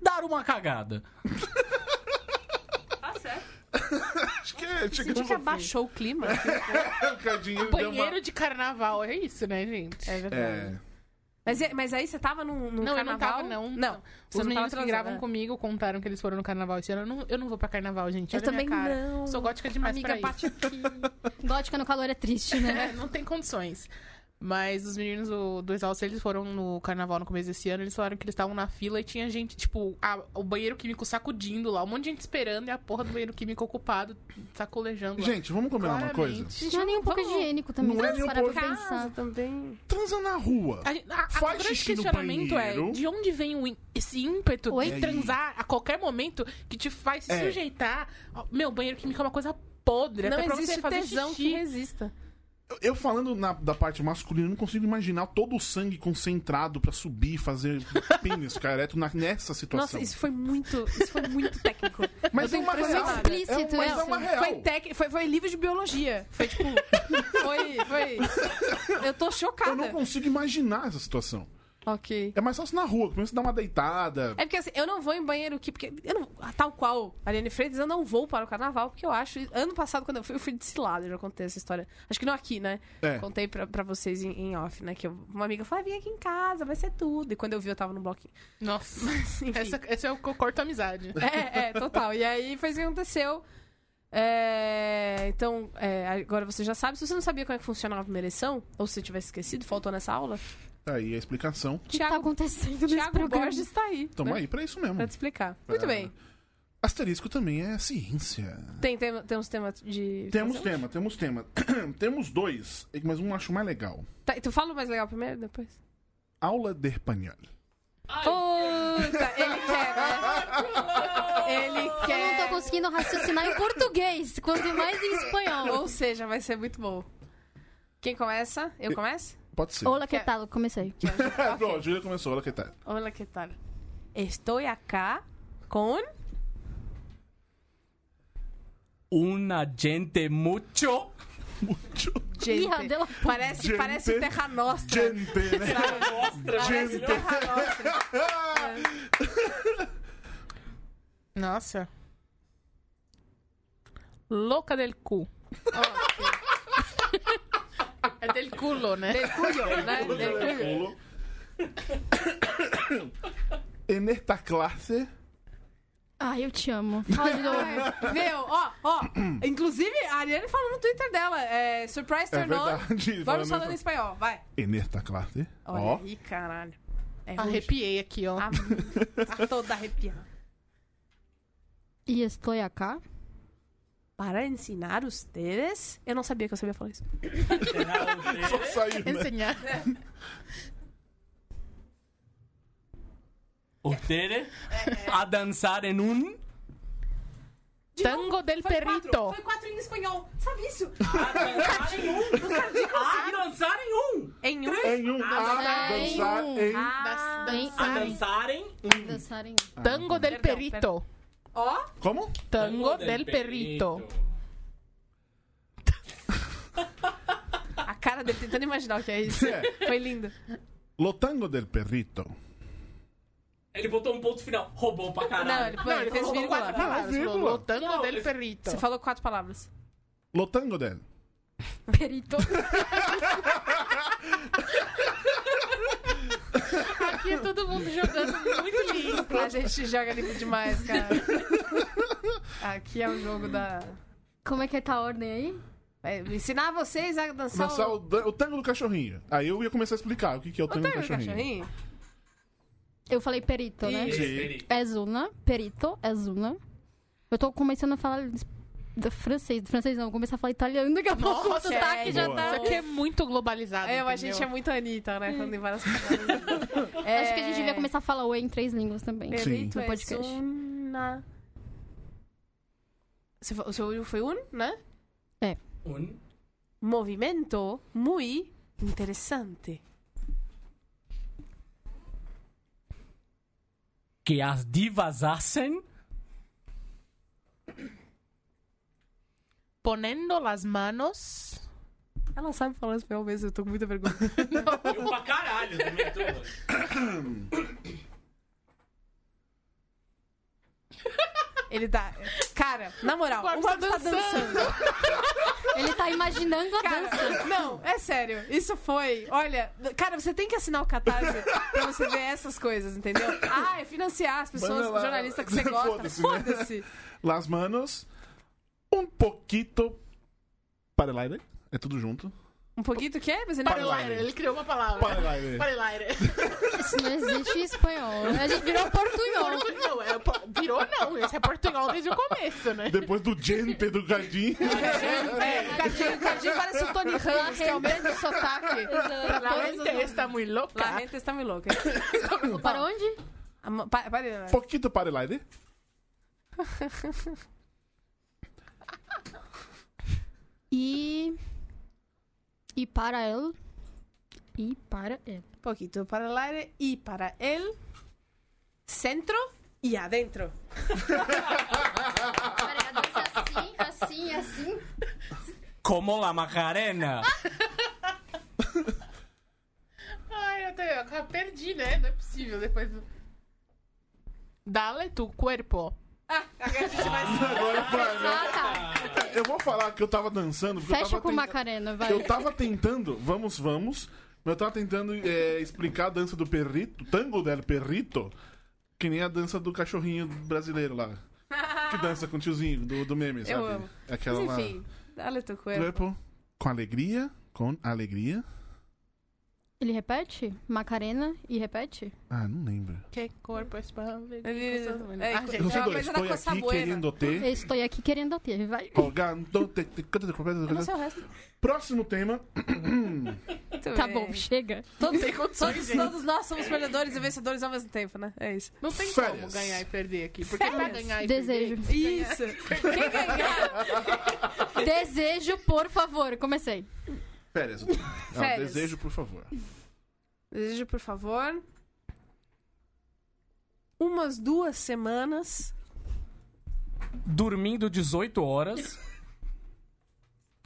C: Dar uma cagada.
D: Tá certo.
B: Acho que
D: Senti
B: chegamos
D: que é
B: ao fim.
D: abaixou o clima.
B: [LAUGHS] Cadinho deu uma-
E: Banheiro de carnaval, é isso, né, gente?
D: É verdade.
B: É.
D: Mas, é- mas aí você tava num, num
E: Não, eu
D: carnaval?
E: não tava, não.
D: Não. Você
E: Os
D: não tava
E: meninos é. que
D: transando,
E: gravam
D: né?
E: comigo contaram que eles foram no carnaval esse ano. Eu não, eu não vou pra carnaval, gente.
D: Eu
E: Olha a minha
D: também
E: cara.
D: não.
E: Sou gótica demais
D: Amiga,
E: pra isso.
D: bate
G: Gótica no calor é triste, né?
E: É, não tem condições. Mas os meninos do, do Exausto, eles foram no carnaval no começo desse ano, eles falaram que eles estavam na fila e tinha gente, tipo, a- o banheiro químico sacudindo lá, um monte de gente esperando e a porra do banheiro químico ocupado, sacolejando lá.
B: Gente, vamos combinar uma coisa.
E: Claramente.
G: Não é nem um pouco
D: Vamos-
G: higiênico também.
B: Não é
G: se
B: nem um
G: parar pra
B: pouco.
G: pensar.
D: também.
B: Transa na rua.
E: A, gente- a, a,
B: Faz
E: o grande
B: xixi no
E: questionamento é
B: banheiro.
E: de onde vem o in- esse ímpeto
G: Oi?
E: de transar a qualquer momento que te faz se
B: É.
E: sujeitar. Ó, Meu, banheiro químico é uma coisa podre.
D: Não
E: até pra você
D: existe
E: fazer
D: tesão
E: xixi.
D: que resista.
B: Eu- Eu falando na- da parte masculina, eu não consigo imaginar todo o sangue concentrado pra subir, fazer [LAUGHS] pênis ficar ereto na- nessa situação.
D: Nossa, isso foi muito, isso foi
B: [LAUGHS]
D: muito técnico.
B: mas é uma real.
D: impressionada.
B: É um-
G: Explícito,
B: mas
G: é,
B: é uma
G: assim.
B: real.
D: Foi, tec... foi, foi livro de biologia. Foi tipo. Foi, foi. Eu tô
B: Eu
D: chocada.
B: não consigo imaginar essa situação.
D: Ok.
B: É mais fácil na rua, pelo menos você dá uma deitada.
D: É porque assim, eu não vou em banheiro aqui, porque. Eu não... ah, Tal qual a Ariane Freitas, eu não vou para o carnaval, porque eu acho. Ano passado, quando eu fui, eu fui desfilada, eu já contei essa história. Acho que não aqui, né?
B: É.
D: Contei pra, pra vocês em, em off, né? Que eu- uma amiga falou: ah, vim aqui em casa, vai ser tudo. E quando eu vi, eu tava no bloquinho. [LAUGHS]
E: Nossa,
D: Enfim.
E: essa, essa é o que eu corto a amizade.
D: É, é, total. E aí foi isso que aconteceu. É, então, é, agora você já sabe. Se você não sabia como é que funcionava a primeira eleição, ou se tivesse esquecido, faltou nessa aula,
B: Tá Aí a explicação.
G: O que tá
D: Thiago,
G: acontecendo nesse
D: Thiago
G: programa?
D: Borges tá aí.
B: Tamo
D: né?
B: aí pra isso mesmo.
D: Pra te explicar. Muito
B: É.
D: bem.
B: Asterisco também é ciência.
D: Tem, tem, temos tema de.
B: Temos
D: fazer? um
B: tema, temos tema. [CLEARS THROAT] temos dois, mas um acho mais legal.
D: Tá, e tu fala o mais legal primeiro, depois?
B: Aula de espanhol.
D: Puta, ele quer,
G: [LAUGHS]
D: né? Ele
G: Eu não tô
D: quer.
G: conseguindo raciocinar em português, quanto mais em espanhol.
D: Ou seja, vai ser muito bom. Quem começa? Eu começo?
B: Pode ser.
G: Olá, que tal? Comecei.
B: [LAUGHS] Pronto, a Júlia começou, olha que tá.
D: Hola, que tal? Estou acá com.
C: Una gente mucho.
B: Muito
G: Ih,
D: Gente.
G: deu-
D: Parece,
B: Gente.
D: parece Terra Nostra.
B: gente, né?
D: Parece
B: Gente.
D: Terra Nostra.
E: Nossa. Louca del cu. [LAUGHS] é del culo, né?
D: Del cuyo, né? Del cuyo.
B: [COUGHS] é En esta clase
G: Ai, eu te amo. Fala de novo.
D: Meu, ó, ó. Inclusive, a Ariane falou no Twitter dela. É, surprise
B: É
D: turn on.
B: verdade.
D: Vamos
B: Fala
D: falando em
B: mesmo.
D: espanhol, vai.
B: Enerta classe.
D: Olha
B: Ó.
D: aí, caralho. É ruim.
E: Arrepiei aqui, ó.
D: Tá toda arrepiada.
G: E estou acá.
D: Para ensinar ustedes. Eu não sabia que eu sabia falar isso.
B: Só saiu, né?
E: Ensinar.
C: Ustedes
D: É,
C: a dançar em um.
D: De novo,
E: Tango del
D: foi
E: perrito.
D: Quatro, foi quatro em espanhol. Sabe isso?
C: A dançar em um. A
D: Ah.
C: dançar em um.
D: Em um.
B: [LAUGHS] Em um
G: Ah,
B: a dançar
G: em um.
B: em
D: Ah.
E: Das-
G: Bem-
E: dançar.
C: dançarem
G: Dançarem.
E: Ah, Tango del
D: Perdão,
E: perrito.
D: Ó.
B: Como?
E: Tango del perrito.
D: A cara dele tentando imaginar o que é isso.
B: É.
D: Foi lindo.
B: Lotango del perrito.
C: Ele botou um ponto final. Roubou pra
D: Não, ele,
C: caralho.
D: foi, ele fez
E: colocou quatro
D: vírgula.
E: palavras.
B: vírgula.
E: falou, Tango
C: Não,
E: del
C: ele-
E: perrito.
D: Você
B: então.
D: falou quatro palavras.
B: Lotango del.
G: Perito. é
E: Aqui todo mundo jogando muito lindo.
D: A gente joga livre demais, cara. Aqui é o jogo da.
G: Como é que é tá a ordem aí?
D: É, ensinar vocês a dançar.
B: Dançar o, dan- o tango do cachorrinho. Aí eu ia começar a explicar o que, que é o tango,
D: tango
B: do cachorrinho.
G: Eu falei perito, né?
D: Isso.
G: É una. Perito. É una. Eu tô começando a falar es- da francês. Francês não, vou começar a falar italiano daqui a pouco.
E: Nossa,
G: o sotaque
D: é,
G: já
B: boa.
G: tá.
E: Isso aqui é muito
G: Ah,
E: globalizado.
D: É, a
E: entendeu?
D: gente é muito Anitta, né? Quando tem
G: [LAUGHS]
D: várias palavras. É,
G: Hum. Acho que a gente devia começar a falar oi em três línguas também.
B: Sim.
D: Perito
G: No
D: é
G: podcast.
D: una. Você fa- O seu olho foi um, né?
C: Um.
D: Movimento muy interessante.
C: Que as divas hacen.
E: Ponendo las manos.
D: Ela sabe falar espanhol mesmo, eu tô com muita vergonha.
C: Eu um pra caralho também tô.
D: [LAUGHS] Ele tá. Cara, na moral,
E: Fábio
D: o Fábio
E: tá
D: tá dançando.
G: Ele tá imaginando a
D: Cara,
G: dança.
D: não, é sério. Isso foi. Olha, cara, você tem que assinar o catarse pra você ver essas coisas, entendeu? Ah, é financiar as pessoas,
B: Manda lá.
D: jornalistas que você gosta.
B: Foda-se, né?
D: Foda-se.
B: Las manos. Um pouquito. Para el aire. É tudo junto.
D: Um pouquinho do quê? Mas ele é.
B: Para lá.
E: Parelaire, ele criou uma palavra.
B: Para el aire.
E: Parelaire.
G: Isso assim, não existe em espanhol. A gente virou portunhol.
E: Não, é, po- virou não. Esse é Portugal desde o começo, né?
B: Depois do gente do jardim.
D: É, o Cadinho, o Cadinho parece o Tony Ramos, que é o mesmo sotaque.
E: A gente está tá muito
D: La
E: louca.
D: gente está muito louca.
G: Para onde?
D: Am- pa- Para,
B: Pouquito para el aire.
G: E. E para ele. E para ele.
D: Poquito Um para el aire y para el centro y adentro.
G: Para a dança assim, assim, assim.
C: Como la
D: Ah,
C: Macarena.
E: Ai, eu, até, eu perdi, né? Não é possível depois do... Dale tu cuerpo.
D: Ah, agora a gente vai.
B: Agora vai, né?
G: Ah, tá.
B: Eu vou falar que eu tava dançando. Porque
G: Fecha
B: eu tava
G: com
B: tenta-
G: Macarena, vai.
B: Eu tava tentando. Vamos, vamos. Eu tava tentando é, explicar a dança do perrito. Tango del perrito. Que nem a dança do cachorrinho brasileiro lá. Que dança com o tiozinho do, do meme, sabe?
D: amo.
B: Aquela
D: Mas
B: lá.
D: enfim, é. dale tu cuerpo.
B: Cuerpo, com alegria, com alegria.
G: Ele repete? Macarena e repete?
B: Ah, não lembro.
E: Que corpo é espanhol.
D: Ele- é,
E: Ah, gente,
B: Eu sei
D: uma
B: que eu
D: coisa da
B: estou
D: Coça
B: aqui
D: Buena.
B: querendo
D: Hum?
G: Eu
B: ter.
G: estou aqui querendo ter, vai.
B: Jogando, te- te-
D: Eu não sei o resto.
B: Próximo tema.
D: Muito
G: Tá
D: bem.
G: bom, chega.
D: Todos, todos, todos nós somos perdedores e vencedores ao mesmo tempo, né? É isso.
E: Não tem
B: Férias.
E: como ganhar e perder aqui. Porque pra
D: Férias.
E: ganhar e
G: Desejo.
E: perder... [LAUGHS]
D: Isso. é Quem ganhar?
G: Desejo, por favor. Comecei.
B: Férias. Ah,
D: Férias.
B: desejo, por favor.
D: Desejo, por favor. Umas duas semanas
C: Dormindo 18 horas.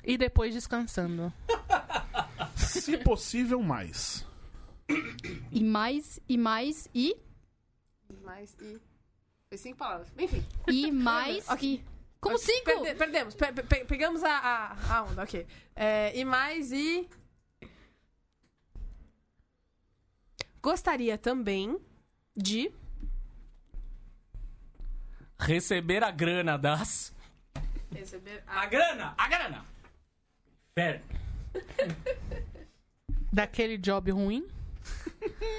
E: E depois descansando.
B: Se possível, mais.
G: E mais, e mais, e.
D: mais e. Foi cinco palavras. Enfim. [LAUGHS]
G: E mais,
D: Ok.
G: e. Como cinco?
D: Perde- perdemos. Pe- pe- pegamos a, a, a onda, ok. É, e mais e. Gostaria também de.
C: Receber a grana das.
D: Receber.
C: A grana! A grana! Inferno.
E: Daquele job ruim.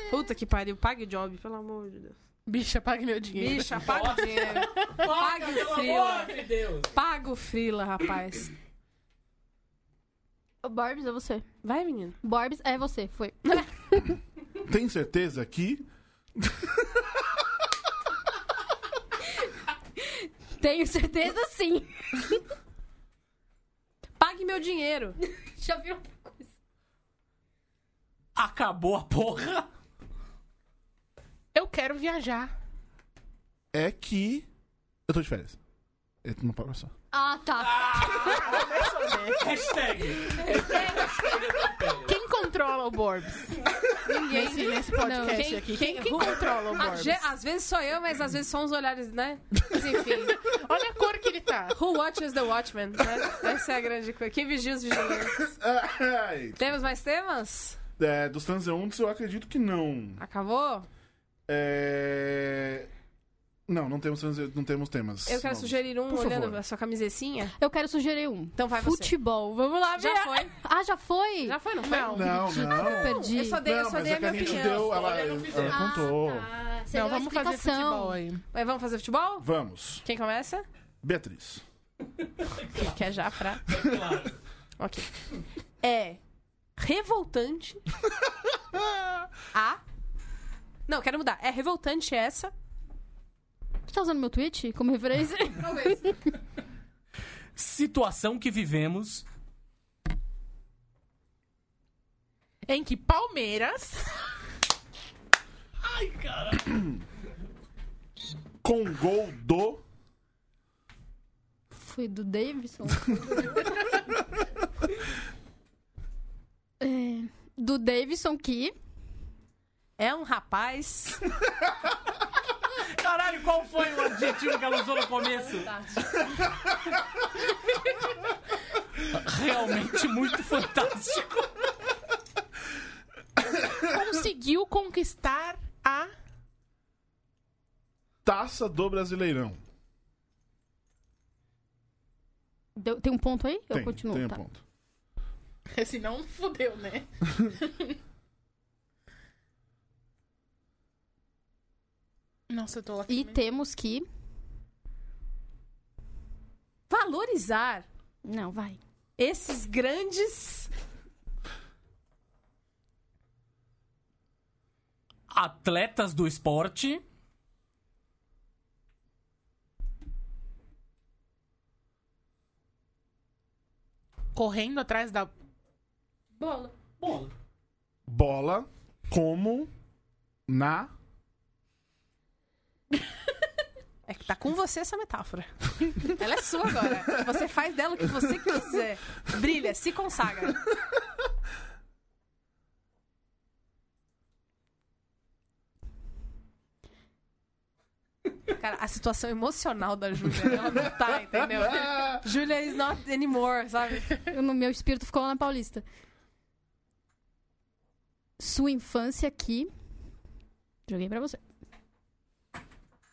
D: Puta que pariu, pague o job, pelo amor de Deus.
E: Bicha, pague meu dinheiro.
D: Bicha, paga o dinheiro. Paga o frila.
C: de Deus!
D: Paga o frila, rapaz.
G: O Borbs é você.
D: Vai, menino.
G: Borbs é você, foi. [LAUGHS]
B: Tem certeza que.
G: Tenho certeza sim.
D: Pague meu dinheiro.
G: Já vi outra coisa.
C: Acabou a porra!
E: Eu quero viajar.
B: É que. Eu tô de férias. É uma palavra só.
G: Ah, tá.
C: Hashtag!
E: Quem controla o Borbs?
D: Ninguém.
E: Nesse, nesse podcast
D: Não, quem-
E: aqui.
D: quem-
E: Quem, quem controla o
D: Ah,
E: Borbs?
D: ge- Às vezes sou eu, mas às vezes são os olhares, né? Mas enfim.
E: Olha a cor que ele [LAUGHS] tá.
D: Who watches the Watchmen? Né? Essa é a grande coisa. Quem vigia os vigilantes?
B: Ai,
D: Temos mais temas?
B: é, dos transeuntes, eu acredito que não.
D: Acabou?
B: É... Não, não temos, transe- não temos temas.
D: Eu quero
B: novos.
D: sugerir um
B: Por favor.
D: olhando a sua camisetinha.
G: Eu quero sugerir um.
D: Então vai você.
G: Futebol. Vamos lá,
D: Já
G: Bia.
D: foi.
G: Ah, já foi?
D: Já foi, não foi?
E: Não. [LAUGHS]
B: Não, não.
G: Perdi.
D: Eu só dei, eu
B: Não,
D: só
B: mas
D: dei
B: é
D: a
B: que
D: minha
B: a gente
D: opinião.
B: deu. Ela,
E: Olha, não fizeram.
B: ela contou.
G: Ah, tá. Você
E: Não,
G: deu a
E: vamos fazer
G: explicação.
E: futebol é. aí.
D: Mas Vamos fazer futebol?
B: Vamos.
D: Quem começa?
B: Beatriz.
D: Quem quer
B: [LAUGHS]
D: já pra. ok. É
B: [LAUGHS]
D: revoltante. a. Não, quero mudar. É revoltante essa.
G: Você tá usando meu tweet como referência? [LAUGHS]
C: Situação que vivemos.
E: Em que Palmeiras
B: Com gol do.
G: Foi do
B: [LAUGHS]
G: Davidson? É, do Davidson que.
D: É um rapaz.
C: Caralho, qual foi o adjetivo que ela usou no começo? Realmente muito fantástico.
E: conseguiu conquistar a.
B: Taça do Brasileirão.
G: Deu- tem um ponto aí? Eu
B: tem,
G: continuo.
B: tem um
G: tá.
B: ponto.
E: Se não, fudeu, né? [LAUGHS] Nossa, eu tô lá.
G: E temos que.
D: Valorizar
G: Não, vai.
D: esses grandes.
C: Atletas do esporte.
E: Correndo atrás da.
D: Bola.
C: Bom,
B: Bola como na. [LAUGHS]
D: É que tá com você essa metáfora. [LAUGHS] Ela é sua agora. Você faz dela o que você quiser. Brilha, se consagra. Cara, a situação emocional da Júlia, ela não tá, entendeu? Júlia is not anymore, sabe?
G: Eu, no meu espírito ficou lá na Paulista. Sua infância que. Joguei pra você.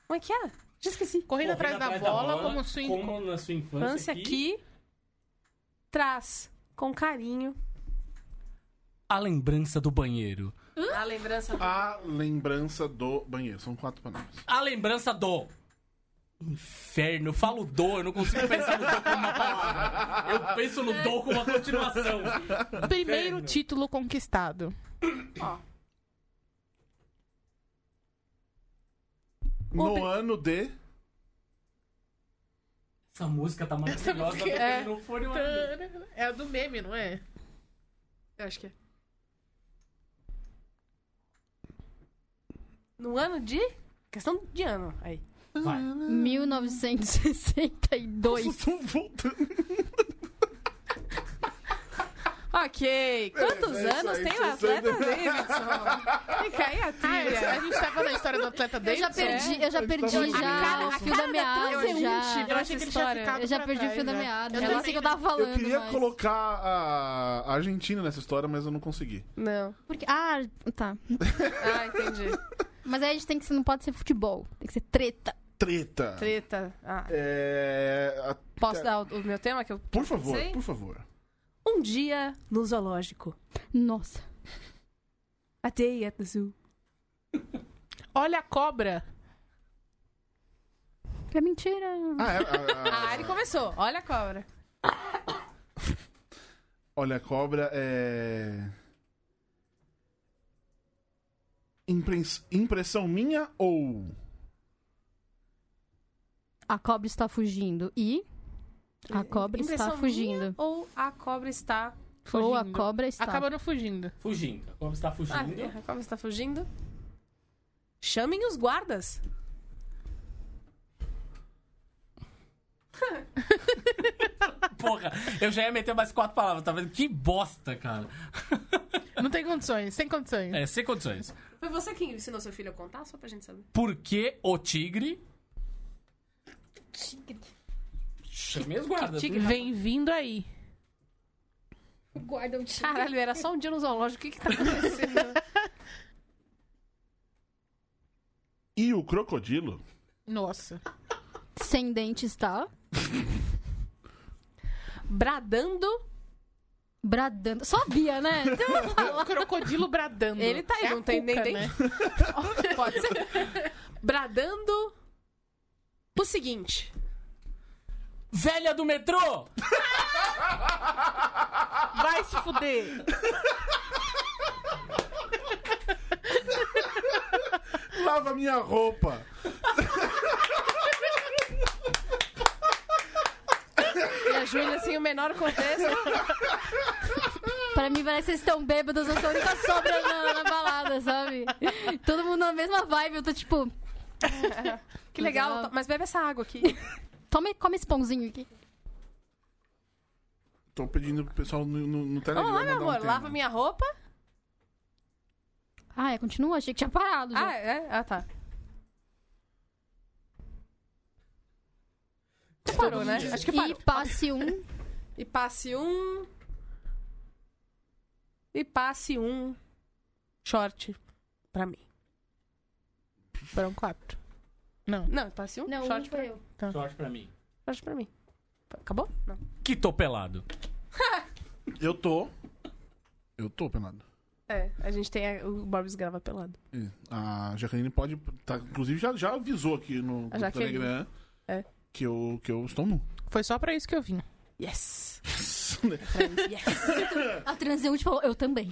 D: Como é que era? Já esqueci.
E: Correndo, atrás, da, bola, como swing.
C: como na sua infância
D: Infância que traz com carinho
C: A lembrança do banheiro.
D: a lembrança do
B: A lembrança do banheiro. São quatro palavras.
C: A lembrança do... Inferno, eu falo do, eu não consigo pensar no do como uma palavra. Eu penso no do como uma continuação.
E: um Primeiro
C: Inferno.
E: título conquistado.
B: No ano de.
C: Essa música tá maravilhosa,
E: música
C: tá
E: é-
C: pegando no fone, mano.
E: É a do meme, não é?
D: Eu acho que é. No ano de. Questão de ano. Aí.
C: Vai.
E: Ah.
G: 1962.
B: Estão [LAUGHS] voltando.
D: Ok. Quantos
B: é isso
D: anos
B: aí,
D: tem o
B: 60. [LAUGHS]
D: atleta Davidson? Fica aí a
E: Ah, é, a
D: trilha.
E: gente tava na história do [LAUGHS] atleta
G: Eu
E: dele.
G: já perdi, eu já
B: Eu
G: perdi
B: tava-
G: já
B: A cara-
G: o
D: a cara
G: fio da
D: da é um
G: meada.
D: transeunte
G: Já.
D: pra
E: Eu achei que ele tinha
D: história.
E: ficado
G: Eu já
E: pra
G: perdi o
E: trás,
G: fio da
E: né?
G: meada.
E: Eu
G: Eu não
E: também.
G: sei o que eu tava falando.
B: Eu queria
G: mas-
B: colocar a a Argentina nessa história, mas eu não consegui.
D: Não.
G: Porque... Ah, tá.
D: [LAUGHS] Ah, entendi.
G: Mas aí a gente tem que. Não pode ser futebol. Tem que ser treta.
B: treta.
D: Treta. Ah,
B: É, a-
D: posso dar o, o meu tema? Que eu...
B: Por favor,
D: Sei.
B: por favor.
D: Um dia no zoológico.
G: Nossa.
D: A day at the zoo.
E: Olha a cobra.
G: É mentira.
B: Ah, é,
D: [LAUGHS]
B: a- a-
D: Ah, ele começou. Olha a cobra.
B: Olha, a cobra é. Imprens- Impressão minha ou.
G: A cobra está fugindo e. A cobra
D: Impressão
G: está
D: minha
G: fugindo.
D: Ou a cobra está.
G: Ou a
E: Fugindo.
G: cobra está.
E: Acabaram fugindo.
C: Fugindo. A cobra está
D: Ah,
C: fugindo.
E: tá.
D: a cobra está fugindo. Chamem os guardas.
C: Porra, eu já ia meter mais quatro palavras, tá vendo? Que bosta, cara.
E: Não tem condições, sem condições.
C: É, sem condições.
D: Foi você que ensinou seu filho a contar? Só pra gente saber.
C: Por que o tigre. Chamei os guardas. né?
E: Tigre, Vem vindo aí.
G: Guarda o
D: Caralho, era só um dia no zoológico. O que que tá acontecendo?
B: E o crocodilo?
E: Nossa.
G: Sem dente está.
D: Bradando.
G: Bradando. Sabia, né? Então,
E: Crocodilo bradando.
D: Ele tá aí,
E: É a
D: não tem nem
E: cuca,
D: dente.
E: né?
D: Pode ser. Bradando. O seguinte.
C: Velha do metrô!
E: Vai se fuder.
B: Lava minha roupa!
D: E a Júlia, assim, o menor contexto.
G: pra mim parece que vocês estão bêbados, eu sou a única sobra na, na balada, sabe? Todo mundo na mesma vibe, eu tô tipo,
D: Que legal.
G: Legal.
D: Mas bebe essa água aqui.
G: tome, come esse pãozinho aqui.
B: Tô pedindo pro pessoal no, no, no Telegram.
D: Vamos lá, meu
B: mandar um
D: amor.
B: tema.
D: Lava minha roupa.
G: Ah, é, continua, achei que tinha parado. já.
D: Ah, é? Ah, tá. Você parou, né? Acho que parou.
G: E
D: [LAUGHS]
G: passe um.
D: E passe um. E passe um short pra mim.
E: [LAUGHS] Foram quatro.
D: Não, passe um
G: Não,
D: short
G: um foi
D: pra
G: eu.
C: Sorte pra mim.
D: short pra mim. Acabou? Não.
C: Que tô pelado.
B: Eu tô. Eu tô, Penado.
D: É, a gente tem a- o Borbs grava pelado.
B: Ih, É, A Jaqueline pode. Tá, inclusive, já, já avisou aqui no
D: A
B: no
D: Jaqueline.
B: Telegram
D: É.
B: que, eu, que eu estou nu. [LAUGHS]
E: Foi só pra isso que eu vim.
D: [LAUGHS] Yes! Yes!
G: A transeunte falou, eu também.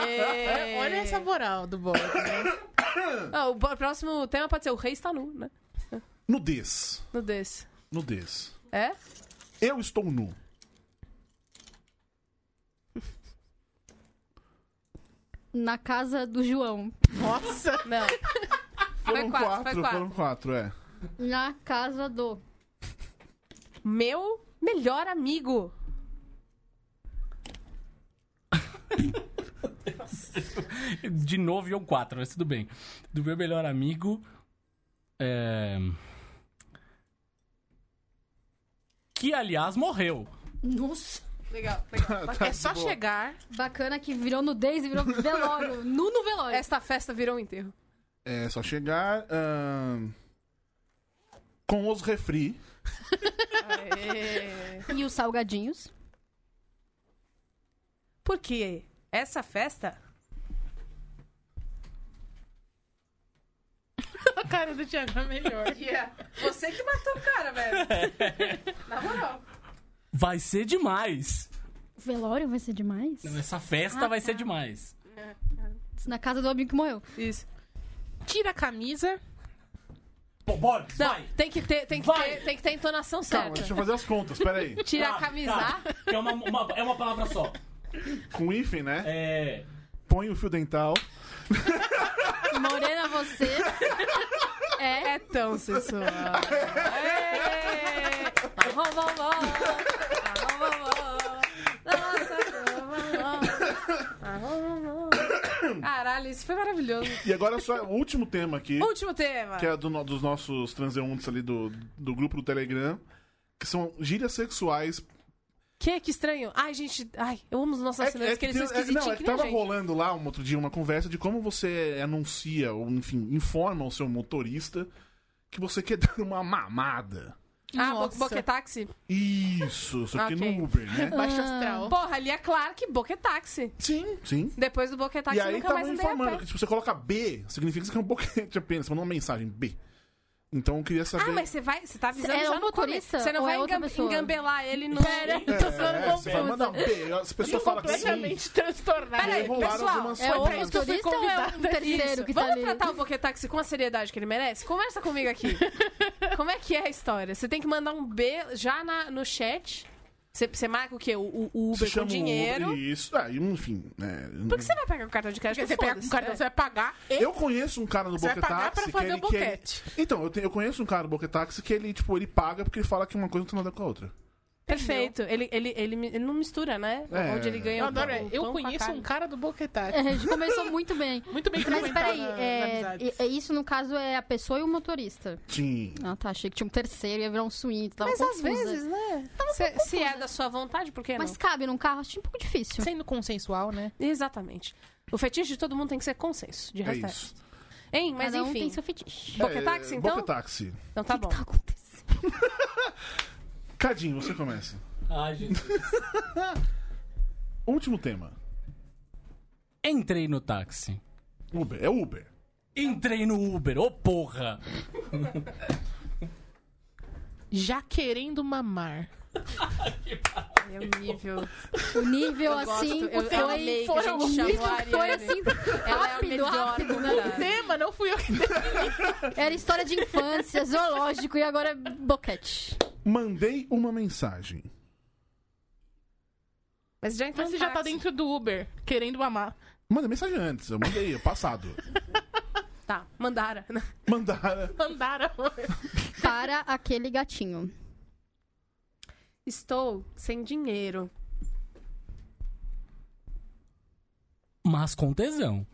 D: Aê!
E: Olha essa moral do Bob. Né?
D: Ah, o bo- próximo tema pode ser o rei está nu, né?
B: Nudez.
D: No desse.
B: Nudez.
D: É?
B: Eu estou nu.
G: Na casa do João.
E: Nossa.
D: Não.
B: Foram
D: quatro, Ah, foi
B: quatro,
D: quatro.
B: foram quatro,
D: [LAUGHS]
B: é.
G: Na casa do.
D: Meu melhor amigo.
C: De novo, iam quatro, mas tudo bem. Do meu melhor amigo. É. Que, aliás, morreu.
G: Nossa.
D: Legal, legal.
E: É só chegar.
G: Bacana que virou nudez e virou
D: [LAUGHS]
G: velório. nu no velório.
D: Esta festa virou um enterro.
B: É só chegar. ahn, com os refri.
D: Aê.
G: E os salgadinhos.
D: Porque essa festa [LAUGHS]
E: A cara do Thiago é melhor.
D: [LAUGHS] Você que matou o cara, velho. Na moral.
C: Vai ser demais.
G: Velório vai ser demais?
C: Essa
D: Ah,
C: festa vai
D: tá.
C: ser demais.
G: Na casa do amigo que morreu.
D: Isso.
E: Tira a camisa.
C: Pô, bora,
D: Não,
C: vai.
D: tem que ter, tem que
C: Vai.
D: ter, tem que ter a entonação
E: Tá.
B: Calma,
D: certa.
B: deixa eu fazer as contas,
E: [LAUGHS]
B: peraí.
D: Tirar
C: Tá,
D: a camisar.
C: tá. É uma, uma- é uma palavra só.
B: Com hífen, né?
C: É.
B: Põe o fio dental.
G: Morena, você.
D: É tão sensual. Aê! Arrom, vão, vão. Arrom, vão, vão. Nossa, arrom, vão, vão. Arrom, vão, vão. Caralho, isso foi maravilhoso.
B: E agora só o último tema aqui,
D: Último tema.
B: que é do no- dos nossos transeuntes ali do, do grupo do Telegram, que são gírias sexuais.
D: Que, que estranho. Ai, gente, ai, eu amo os nossos
B: É,
D: assinantes,
B: é
D: que eles
B: tem-
D: são
B: é- não, é
D: esquisitinhos
B: que
D: que nem
B: tava
D: a gente.
B: rolando lá um outro dia uma conversa de como você anuncia, ou enfim, informa o seu motorista que você quer [LAUGHS] dar uma mamada.
D: Ah, bo
E: Nossa.
D: boquetaxi?
B: Isso, só que
D: Ok.
B: no Uber, né?
D: [LAUGHS]
E: Baixo astral.
D: Porra, ali é claro que boquetaxi.
B: Sim, sim.
D: Depois do boquetaxi,
B: e
D: eu
B: aí
D: Tá nunca
B: tava
D: mais andei a
B: informando.
D: pé.
B: que Se você coloca B, significa que você quer um boquete apenas, mandou uma mensagem B. Então eu queria saber.
D: Ah, mas você vai. Você tá avisando
G: É
D: já
G: um
D: no começo.
G: motorista
D: Você não
G: ou
D: vai
G: é outra
D: engam-
G: pessoa? É.
D: engambelar ele no.
G: Pera, eu tô ficando
B: é, você vai
G: confusa.
B: mandar B. As pessoas falam que sim.
E: Completamente transtornado.
D: Peraí,
B: Rolaram
D: pessoal.
B: algumas
G: [LAUGHS] É o
D: foi pra isso que eu fui
G: motorista ou é um
D: convidada.
G: terceiro
D: Isso.
G: que tá
D: Vamos
G: ali?
D: tratar o boquetaxi com a seriedade que ele merece? Conversa comigo
G: [LAUGHS]
D: aqui. Como é que é a história? Você tem que mandar um B já na- no chat. Você, você marca o quê? O, o- o
B: Você
D: Uber com
B: chama o
D: dinheiro.
B: Uber, Isso, ah, enfim. né,
D: Por que você vai pegar o cartão de crédito?
E: Porque você pega
D: Foda-se,
E: um cartão,
D: né?
E: você vai pagar e
B: Eu conheço um cara no
E: você vai pagar pra
B: Boquetaxi que
E: fazer o
B: ele quer.
E: boquete.
B: Então, eu, tenho- eu conheço um cara no Boquetaxi que ele, tipo, ele paga porque ele fala que uma coisa não tem nada a ver com a outra.
D: Perfeito. Ele, ele, ele, me- ele não mistura, né?
B: É.
D: Onde ele ganha
E: Eu
D: o
E: adoro.
D: pão-
E: é, Eu
D: pão com a
E: conheço
D: carne.
E: um cara do boquetário.
G: É, a gente começou muito bem.
E: Muito bem
G: Mas peraí,
E: na- na
G: é,
E: amizade.
G: e- é isso no caso é a pessoa e o motorista.
B: Sim.
G: Ah, tá. Achei que tinha um terceiro, ia virar um swing. Tava
D: Mas às
G: confusa.
D: vezes, né? Se, se é da sua vontade, por que não?
G: Mas cabe num carro, acho um pouco difícil.
E: Sendo consensual, né?
D: Exatamente. O fetiche de todo mundo tem que ser consenso, de
B: É
D: resto.
B: isso. É,
D: é. Hein, mas
G: Cada um
D: enfim.
G: tem seu fetiche.
D: Boquetaxi, então?
B: Boquetaxi.
D: Então tá
G: o que,
D: bom.
G: que tá acontecendo?
B: Cadinho, você começa.
C: Ai, gente.
B: Último tema.
C: Entrei no táxi.
B: Uber. É Uber.
C: Entrei no Uber, ô porra!
E: Já querendo mamar.
D: Meu nível.
G: O nível
D: Eu gosto,
G: assim
D: eu- eu amei
G: foi,
D: que
G: foi,
D: a gente
G: o nível
D: chamou a
G: foi
D: Ariane.
G: assim
D: Ela é a
G: rápido,
D: melhor
G: rápido,
D: do
G: né?
D: mundo.
E: Tema, não [LAUGHS] fui eu que
G: Era história de infância, zoológico e agora é boquete.
B: Mandei uma mensagem.
D: Mas já entrou
E: Mas você
D: no
E: já tá
D: táxi.
E: dentro do Uber, querendo mamar.
B: Mandei mensagem antes, eu mandei, é
G: [LAUGHS]
B: passado.
D: Tá, mandara.
B: Mandaram.
E: Mandaram.
G: Para aquele gatinho.
D: [LAUGHS] Estou sem dinheiro.
C: Mas com tesão.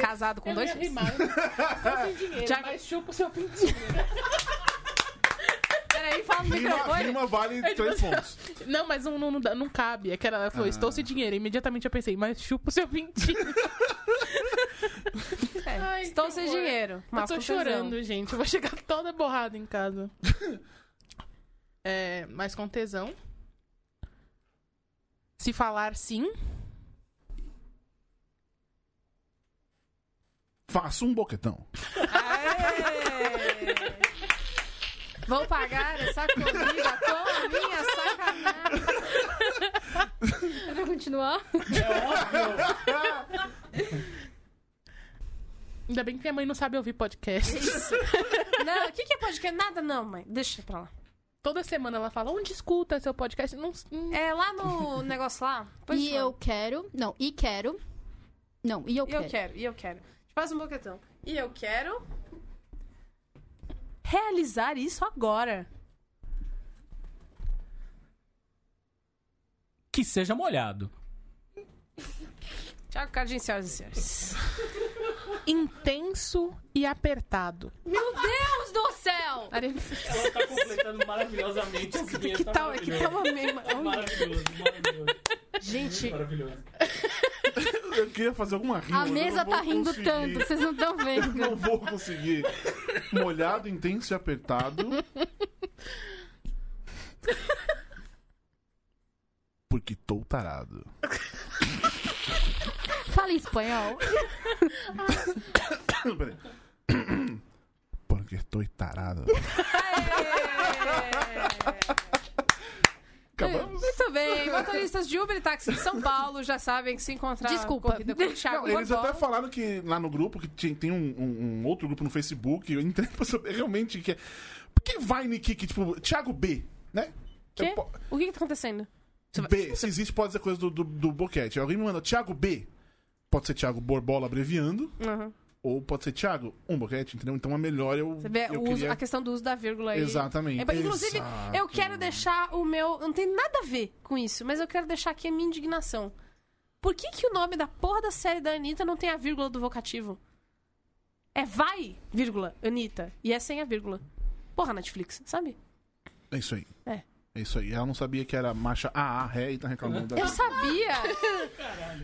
D: Casado com
E: Eu
D: dois
E: ia
D: filhos.
E: rimar. Só sem dinheiro,
D: Já-
E: mas chupa o seu pintinho.
D: Peraí, fala no
B: Rima,
D: microfone.
B: rima vale três pontos.
E: Não, mas não, não, não dá- não cabe. É que ela falou, estou sem dinheiro. Imediatamente eu pensei, mas chupa o seu pintinho.
D: [LAUGHS] É,
E: Ai,
D: Estou
E: que
D: sem
E: horror.
D: dinheiro.
E: Eu
D: Mas
E: tô
D: com tesão.
E: chorando, gente. Eu vou chegar toda borrada em casa. É, mas com tesão. Se falar sim,
B: Faço um boquetão.
D: Aê! Vão pagar essa comida com a minha sacanagem.
G: Vai continuar?
E: [LAUGHS] ainda bem que minha mãe não sabe ouvir
D: É
E: podcast.
D: Não, o que, que é podcast? Nada não, mãe. Deixa pra lá.
E: Toda semana ela fala, onde escuta seu podcast? Não, não-
D: É
B: [LAUGHS]
D: lá no negócio lá. Pois
G: e
D: não.
G: eu quero. Não, e quero. Não, e
D: E
G: eu quero.
D: eu quero, e eu quero. Te faz um boquetão. E eu quero... Realizar isso agora.
C: Que seja molhado.
D: Tiago Cardin, senhoras e senhores.
E: intenso e apertado.
D: Meu Deus do céu!
C: Ela tá completando maravilhosamente.
D: [LAUGHS]
C: tá
D: Que tal? Que tal uma mema? Olha,
C: Maravilhoso, maravilhoso,
D: Gente,
C: maravilhoso.
B: [LAUGHS] Eu queria fazer alguma rima.
G: A
B: mas eu
G: mesa
B: não vou
G: tá rindo
B: conseguir.
G: tanto, vocês não estão vendo.
B: Não vou conseguir. Molhado, intenso e apertado. Porque tô tarado.
G: Fala em espanhol.
B: Peraí. Porque estou tarado. Acabamos?
D: Muito bem, motoristas de Uber e táxi de São Paulo já sabem que se encontrar
G: Desculpa.
D: corrida com o Thiago
B: Não, eles
D: Godó.
B: até falaram que lá no grupo, que tinha- tem um, um- um outro grupo no Facebook, eu entrei pra saber realmente que é. Por que vai Niki, que, tipo, Thiago B, né?
D: Quê?
B: Eu po-
D: O que que tá acontecendo?
B: B, se existe, pode ser coisa do, do, do boquete. Alguém me manda Thiago B. Pode ser Thiago Borbola abreviando,
D: Uhum.
B: ou pode ser Thiago um boquete, entendeu? Então é melhor eu.
D: Você vê
B: eu
D: o uso- a questão do uso da vírgula aí.
B: Exatamente.
D: É, inclusive,
B: Exato.
D: eu quero deixar o meu. Não tem nada a ver com isso, mas eu quero deixar aqui a minha indignação. Por que, que o nome da porra da série da Anitta não tem a vírgula do vocativo? É vai, vírgula, Anitta. E é sem a vírgula. Porra, Netflix, sabe?
B: É isso aí.
D: É.
B: É isso aí. Ela não sabia que era marcha AA, ré, e tá reclamando. da
D: Eu [LAUGHS] sabia!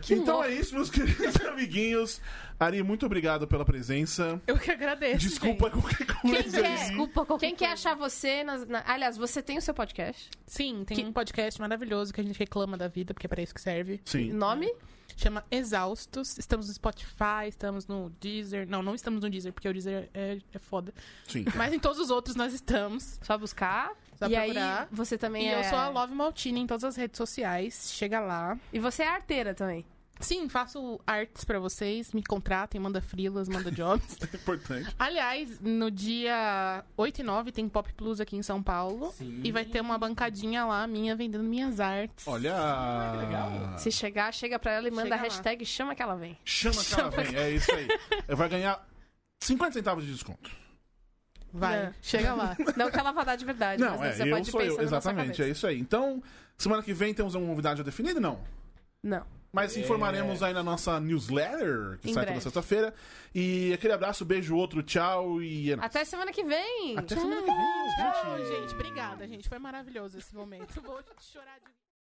B: então é isso, meus [LAUGHS] queridos amiguinhos. Ari, muito obrigado pela presença.
E: Eu que agradeço.
B: Desculpa qualquer
D: Quem
B: coisa
D: quer?
B: aí.
G: Desculpa, qualquer
D: É. Quem quer
G: coisa.
D: achar você? nas- na- Aliás, você tem o seu podcast?
E: gente. Sim, tem
D: Que-
E: um podcast maravilhoso que a gente reclama da vida, porque é pra isso que serve.
B: Sim.
D: Nome?
E: Chama Exaustos. Estamos no Spotify, estamos no Deezer. Não, não estamos no Deezer, porque o Deezer é, é foda.
B: Sim.
E: Mas em todos os outros nós estamos.
D: Só buscar.
E: Só
D: e
E: procurar.
D: aí, você também
E: E
D: é...
E: eu sou a Love Maltini em todas as redes sociais. Chega lá.
D: E você é arteira também.
E: Sim, faço artes pra vocês. Me contratem, manda frilas,
D: [LAUGHS]
E: manda jobs.
B: Importante.
E: Aliás, no dia 8 e 9 tem Pop Plus aqui em São Paulo.
C: Sim.
E: E vai ter uma bancadinha lá minha vendendo minhas artes.
B: Olha.
D: Se chegar, chega pra ela e manda
E: Chega
D: a
E: lá.
D: hashtag chama que ela vem.
B: Chama que ela vem. É isso aí. Vai ganhar 50 centavos de desconto.
E: Vai,
D: Não.
E: chega lá.
D: Não que ela vá dar de verdade,
B: Não,
D: mas
B: é,
D: você
B: eu
D: pode
B: sou eu.
D: pensar na sua
B: Exatamente, é
D: cabeça.
B: isso aí. Então, semana que vem temos uma novidade já definida? Não.
D: Não.
B: Mas informaremos aí na nossa newsletter, que
D: É. Em
B: sai toda
D: breve.
B: sexta-feira. E aquele abraço, beijo, outro, tchau e. é nóis.
D: Até semana que vem!
B: Até semana que vem,
E: Tchau, gente. Obrigada, gente. Foi maravilhoso esse momento. [LAUGHS] Vou chorar de